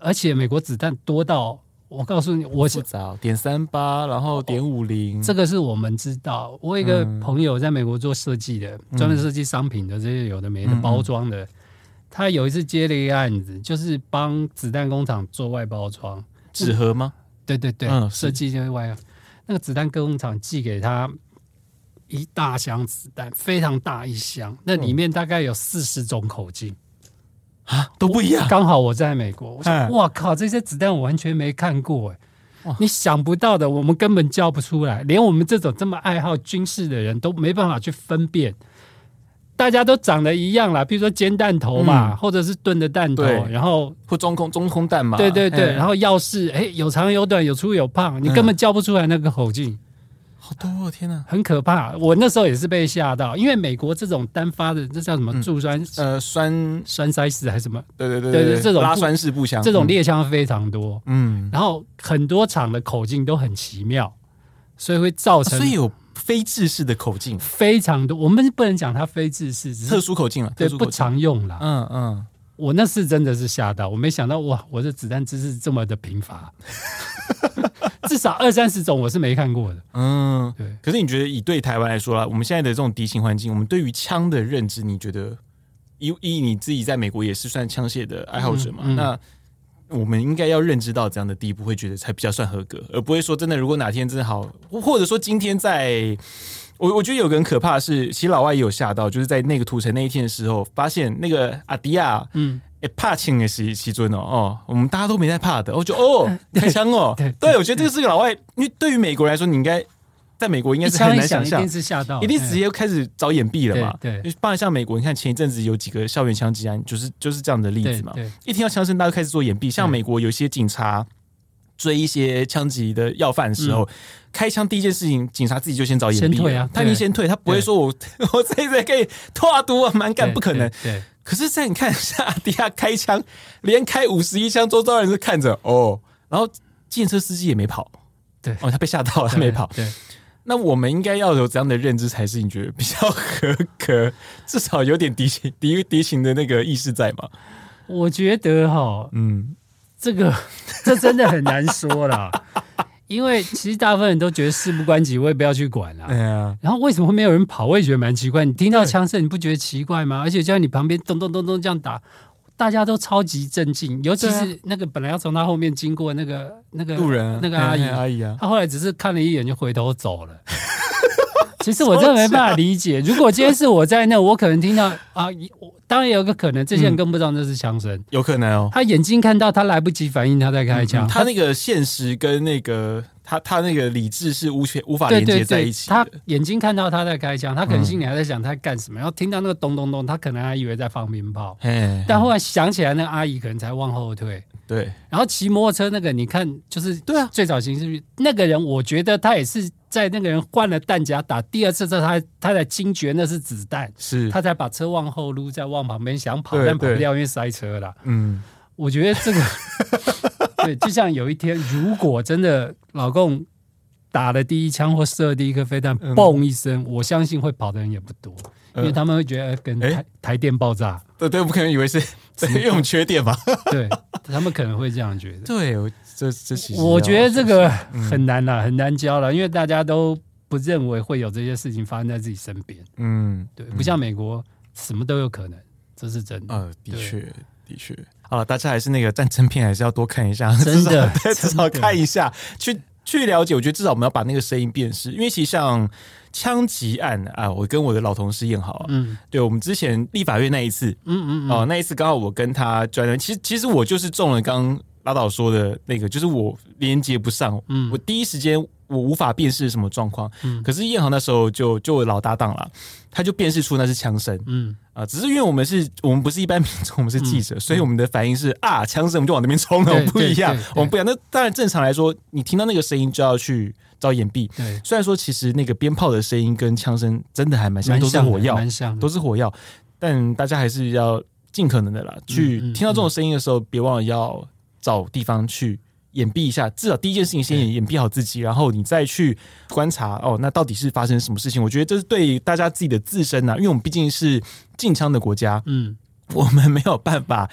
S2: 而且美国子弹多到我告诉你，我
S1: 复杂哦点三八，然后点五零，
S2: 这个是我们知道。我有
S1: 嗯
S2: 一个朋友在美国做设计的，专门设计商品的这些有的没的
S1: 嗯嗯
S2: 包装的。他有一次接了一个案子，就是帮子弹工厂做外包装。
S1: 纸盒吗？
S2: 对对对，
S1: 嗯是
S2: 设计就是外那个子弹工厂寄给他一大箱子弹，非常大一箱，那里面大概有四十种口 径。
S1: 啊，都不一样。
S2: 刚好我在美国，我
S1: 哎
S2: 想，哇靠，这些子弹我完全没看过哎
S1: 哇。
S2: 你想不到的，我们根本叫不出来，连我们这种这么爱好军事的人都没办法去分辨。大家都长得一样啦，比如说煎蛋头嘛，
S1: 嗯
S2: 或者是炖的蛋头，
S1: 对
S2: 然后
S1: 或中空中空弹嘛？
S2: 对对对，然
S1: 后
S2: 哎
S1: 嗯
S2: 后钥匙，哎，有长有短，有粗有胖，你根本叫不出来那个口径。
S1: 好多哦，天哪！
S2: 很可怕。我那时候也是被吓到，因为美国这种单发的，这叫什么
S1: 嗯
S2: 柱栓
S1: 呃，栓，
S2: 栓塞死还是什么，
S1: 对对对
S2: 对对这种
S1: 拉
S2: 步
S1: 栓式步枪，
S2: 这种
S1: 嗯，
S2: 猎枪非常多。
S1: 嗯，
S2: 然后很多厂的口径都很奇妙，所以会造
S1: 啊
S2: 成嗯
S1: 所以有非制式的口径，
S2: 非常多。我们不能讲它非自式，只
S1: 特
S2: 是
S1: 殊口径了，
S2: 对
S1: 特殊
S2: 不
S1: 口径，
S2: 常用啦。
S1: 嗯嗯，
S2: 我那次真的是吓到，我没想到哇，我的子弹知识这么的贫乏， 至少二三十种我是没看过的。
S1: 嗯，
S2: 对，
S1: 可是你觉得以对台湾来说啦，我们现在的这种敌情环境，我们对于枪的认知，你觉得以以你自己在美国也是算枪械的爱好者嘛？
S2: 嗯嗯
S1: 那我们应该要认知到这样的地步，会觉得才比较算合格，而不会说真的，如果哪天真的好，或或者说今天在。我我觉得有个很可怕的是，其实老外也有吓到，就是在那个屠城那一天的时候，发现那个阿迪亚
S2: 嗯，
S1: 哎，怕青的时期尊哦哦，我们大家都没在怕的，我就哦开枪哦，
S2: 呃对
S1: 对，我觉得这个是个老外，因为对于美国来说，你应该在美国应
S2: 一
S1: 该是
S2: 枪
S1: 很
S2: 一
S1: 难
S2: 响
S1: 想
S2: 一
S1: 象
S2: 定，是吓到，
S1: 一定直接开始找掩蔽了嘛。
S2: 对对
S1: 就包括像美国，你看前一阵子有几个校园枪击案，就是就是这样的例
S2: 对
S1: 子嘛。
S2: 哎对，
S1: 一听到枪声，大家就开始做掩蔽。像
S2: 对
S1: 美国有一些警察追一些枪击的要犯的时候，开枪第一件事情，警察自己就先找掩蔽了，
S2: 嗯先退啊
S1: 他一定
S2: 对
S1: 先退，他不会
S2: 对
S1: 说我 我这这可以拓毒啊，蛮干，
S2: 对
S1: 不可能。。
S2: 对，对
S1: 可是，在你看下迪亚开枪，连开五十一枪，周遭人都看着哦，然后建车司机也没跑，
S2: 对
S1: 哦，他被吓到了，他没跑。
S2: 对，
S1: 那我们应该要有怎样的认知才是你觉得比较合格， 至少有点敌情敌敌情的那个意识在嘛？
S2: 我觉得哈，
S1: 嗯，
S2: 这个这真的很难说啦，因为其实大部分人都觉得事不关己，我也不要去管啦。
S1: 哎呀，
S2: 然后为什么会没有人跑？我也觉得蛮奇怪。你听到枪声，你不觉得奇怪吗？而且就在你旁边咚咚咚咚这样打，大家都超级镇静。尤其
S1: 对啊
S2: 是那个本来要从他后面经过那个那个
S1: 路人啊
S2: 那个阿姨
S1: 哎，阿姨啊，
S2: 她后来只是看了一眼就回头 走了。其实我真的没办法理解，如果今天是我在那，我可能听到啊，我当然有个可能，这
S1: 嗯
S2: 些人根本不知道那是枪声。
S1: 有可能哦。嗯
S2: 他眼睛看到，他来不及反应，他在开枪。
S1: 他那个现实跟那个他他那个理智是无权无法
S2: 对
S1: 连接
S2: 对
S1: 在
S2: 对
S1: 一，起
S2: 他
S1: 的。
S2: 眼睛看到他在开枪，他
S1: 嗯
S2: 可能心里还在想他在干什么，然后听到那个咚咚咚，他可能还以为在放鞭炮，
S1: 哎，
S2: 但后来想起来，那个阿姨可能才往后退。
S1: 对
S2: 然后骑摩托车那个，你看就是
S1: 对啊，
S2: 最早刑事那个人，我觉得他也是在那个人换了弹夹打第二次之后，他他才惊觉那是子弹，
S1: 是，
S2: 他才把车往后撸，再往旁边想跑，
S1: 嗯对
S2: 但跑不
S1: 对
S2: 掉，因为塞车了。
S1: 嗯。
S2: 我觉得这 个，对，就像有一天，如果真的老公打了第一枪或射了第一颗飞弹，
S1: 嗯
S2: 嘣一声，我相信会跑的人也不多，
S1: 呃
S2: 因为他们会觉得呃跟
S1: 诶
S2: 台台电爆炸，
S1: 对对，我不可能以为 是因为我们缺电嘛。
S2: 对他们可能会这样觉得。哦
S1: 对，我这这其实
S2: 我觉得这个
S1: 嗯
S2: 很难啦，很难教了，因为大家都不认为会有这些事情发生在自己身边，
S1: 嗯，
S2: 对，不像美国什么都有可能，这是真的。
S1: 呃，的确的确。好了，大家还是那个战争片，还是要多看一下，
S2: 真的
S1: 至少对至少看一下，去去了解。我觉得至少我们要把那个声音辨识，因为其实像枪击案啊，我跟我的老同事燕豪啊，
S2: 嗯
S1: 对我们之前立法院那一次，
S2: 嗯嗯
S1: 哦，那一次刚好我跟他专门，其实其实我就是中了刚刚拉导说的那个，就是我连接不上，
S2: 嗯
S1: 我第一时间我无法辨识什么状况，
S2: 嗯
S1: 可是燕航那时候就就我老搭档了，他就辨识出那是枪声
S2: 嗯，
S1: 啊，只是因为我们是我们不是一般民众，我们是记者，所以我们的反应是啊枪声，我们就往那边冲了，我
S2: 对
S1: 们不一样
S2: 对对，对
S1: 我们不一样。那当然正常来说，你听到那个声音就要去找掩蔽。
S2: 对，
S1: 虽然说其实那个鞭炮的声音跟枪声真的还蛮像，
S2: 蛮
S1: 都是
S2: 像的
S1: 火药，
S2: 蛮像的，
S1: 都是火药，但大家还是要尽可能的啦。去
S2: 嗯嗯
S1: 听到这种声音的时候，别忘了要找地方去掩蔽一下，至少第一件事情先
S2: 对
S1: 掩掩蔽好自己，然后你再去观察哦，那到底是发生什么事情？我觉得这是对大家自己的自身啊呐、因为我们毕竟是禁枪的国家，
S2: 嗯，
S1: 我们没有办法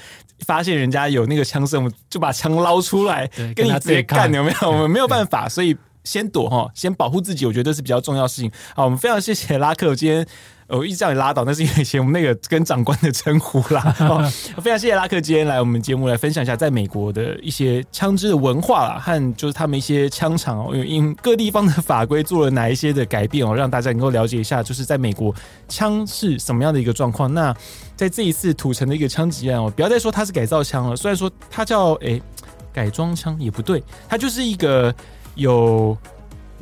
S1: 发现人家有那个枪声，我们就把枪捞出来
S2: 对，
S1: 跟你
S2: 跟他
S1: 直接
S2: 对
S1: 干，
S2: 抗
S1: 有没有？我们没有办法，所以先躲哈，先保护自己，我觉得这是比较重要的事情。好，我们非常谢谢拉克，我今天。呃我一直叫你拉倒，那是因为以前我们那个跟长官的称呼 啦。哦，非常谢谢拉克今天来我们节目来分享一下在美国的一些枪支的文化啦，和就是他们一些枪厂哦，因为因各地方的法规做了哪一些的改变哦，让大家能够了解一下，就是在美国枪是什么样的一个状况。那在这一次土城的一个枪击案哦，不要再说它是改造枪了，虽然说它叫诶、改装枪也不对，它就是一个有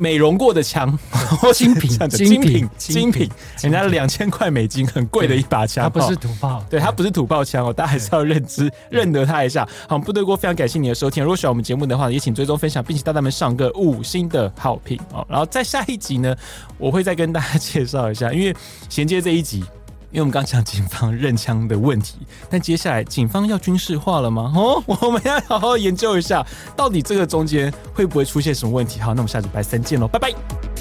S1: 美容过的枪，
S2: 精 品
S1: 这样子
S2: 精
S1: 精
S2: 品
S1: 品
S2: 精
S1: 精品
S2: 品，
S1: 人家两千块美金，很贵的一把枪，
S2: 它不
S1: 哦
S2: 是土炮，
S1: 对，它不是土爆枪哦，大家还是要认知认得它一下。好，部队锅非常感谢你的收听，如果喜欢我们节目的话，也请追踪分享，并且大大们上个五星的好评哦。然后在下一集呢，我会再跟大家介绍一下，因为衔接这一集。因为我们刚讲警方认枪的问题，但接下来警方要军事化了吗？ 哦，我们要好好研究一下，到底这个中间会不会出现什么问题？好，那我们下礼拜三见喽，拜拜。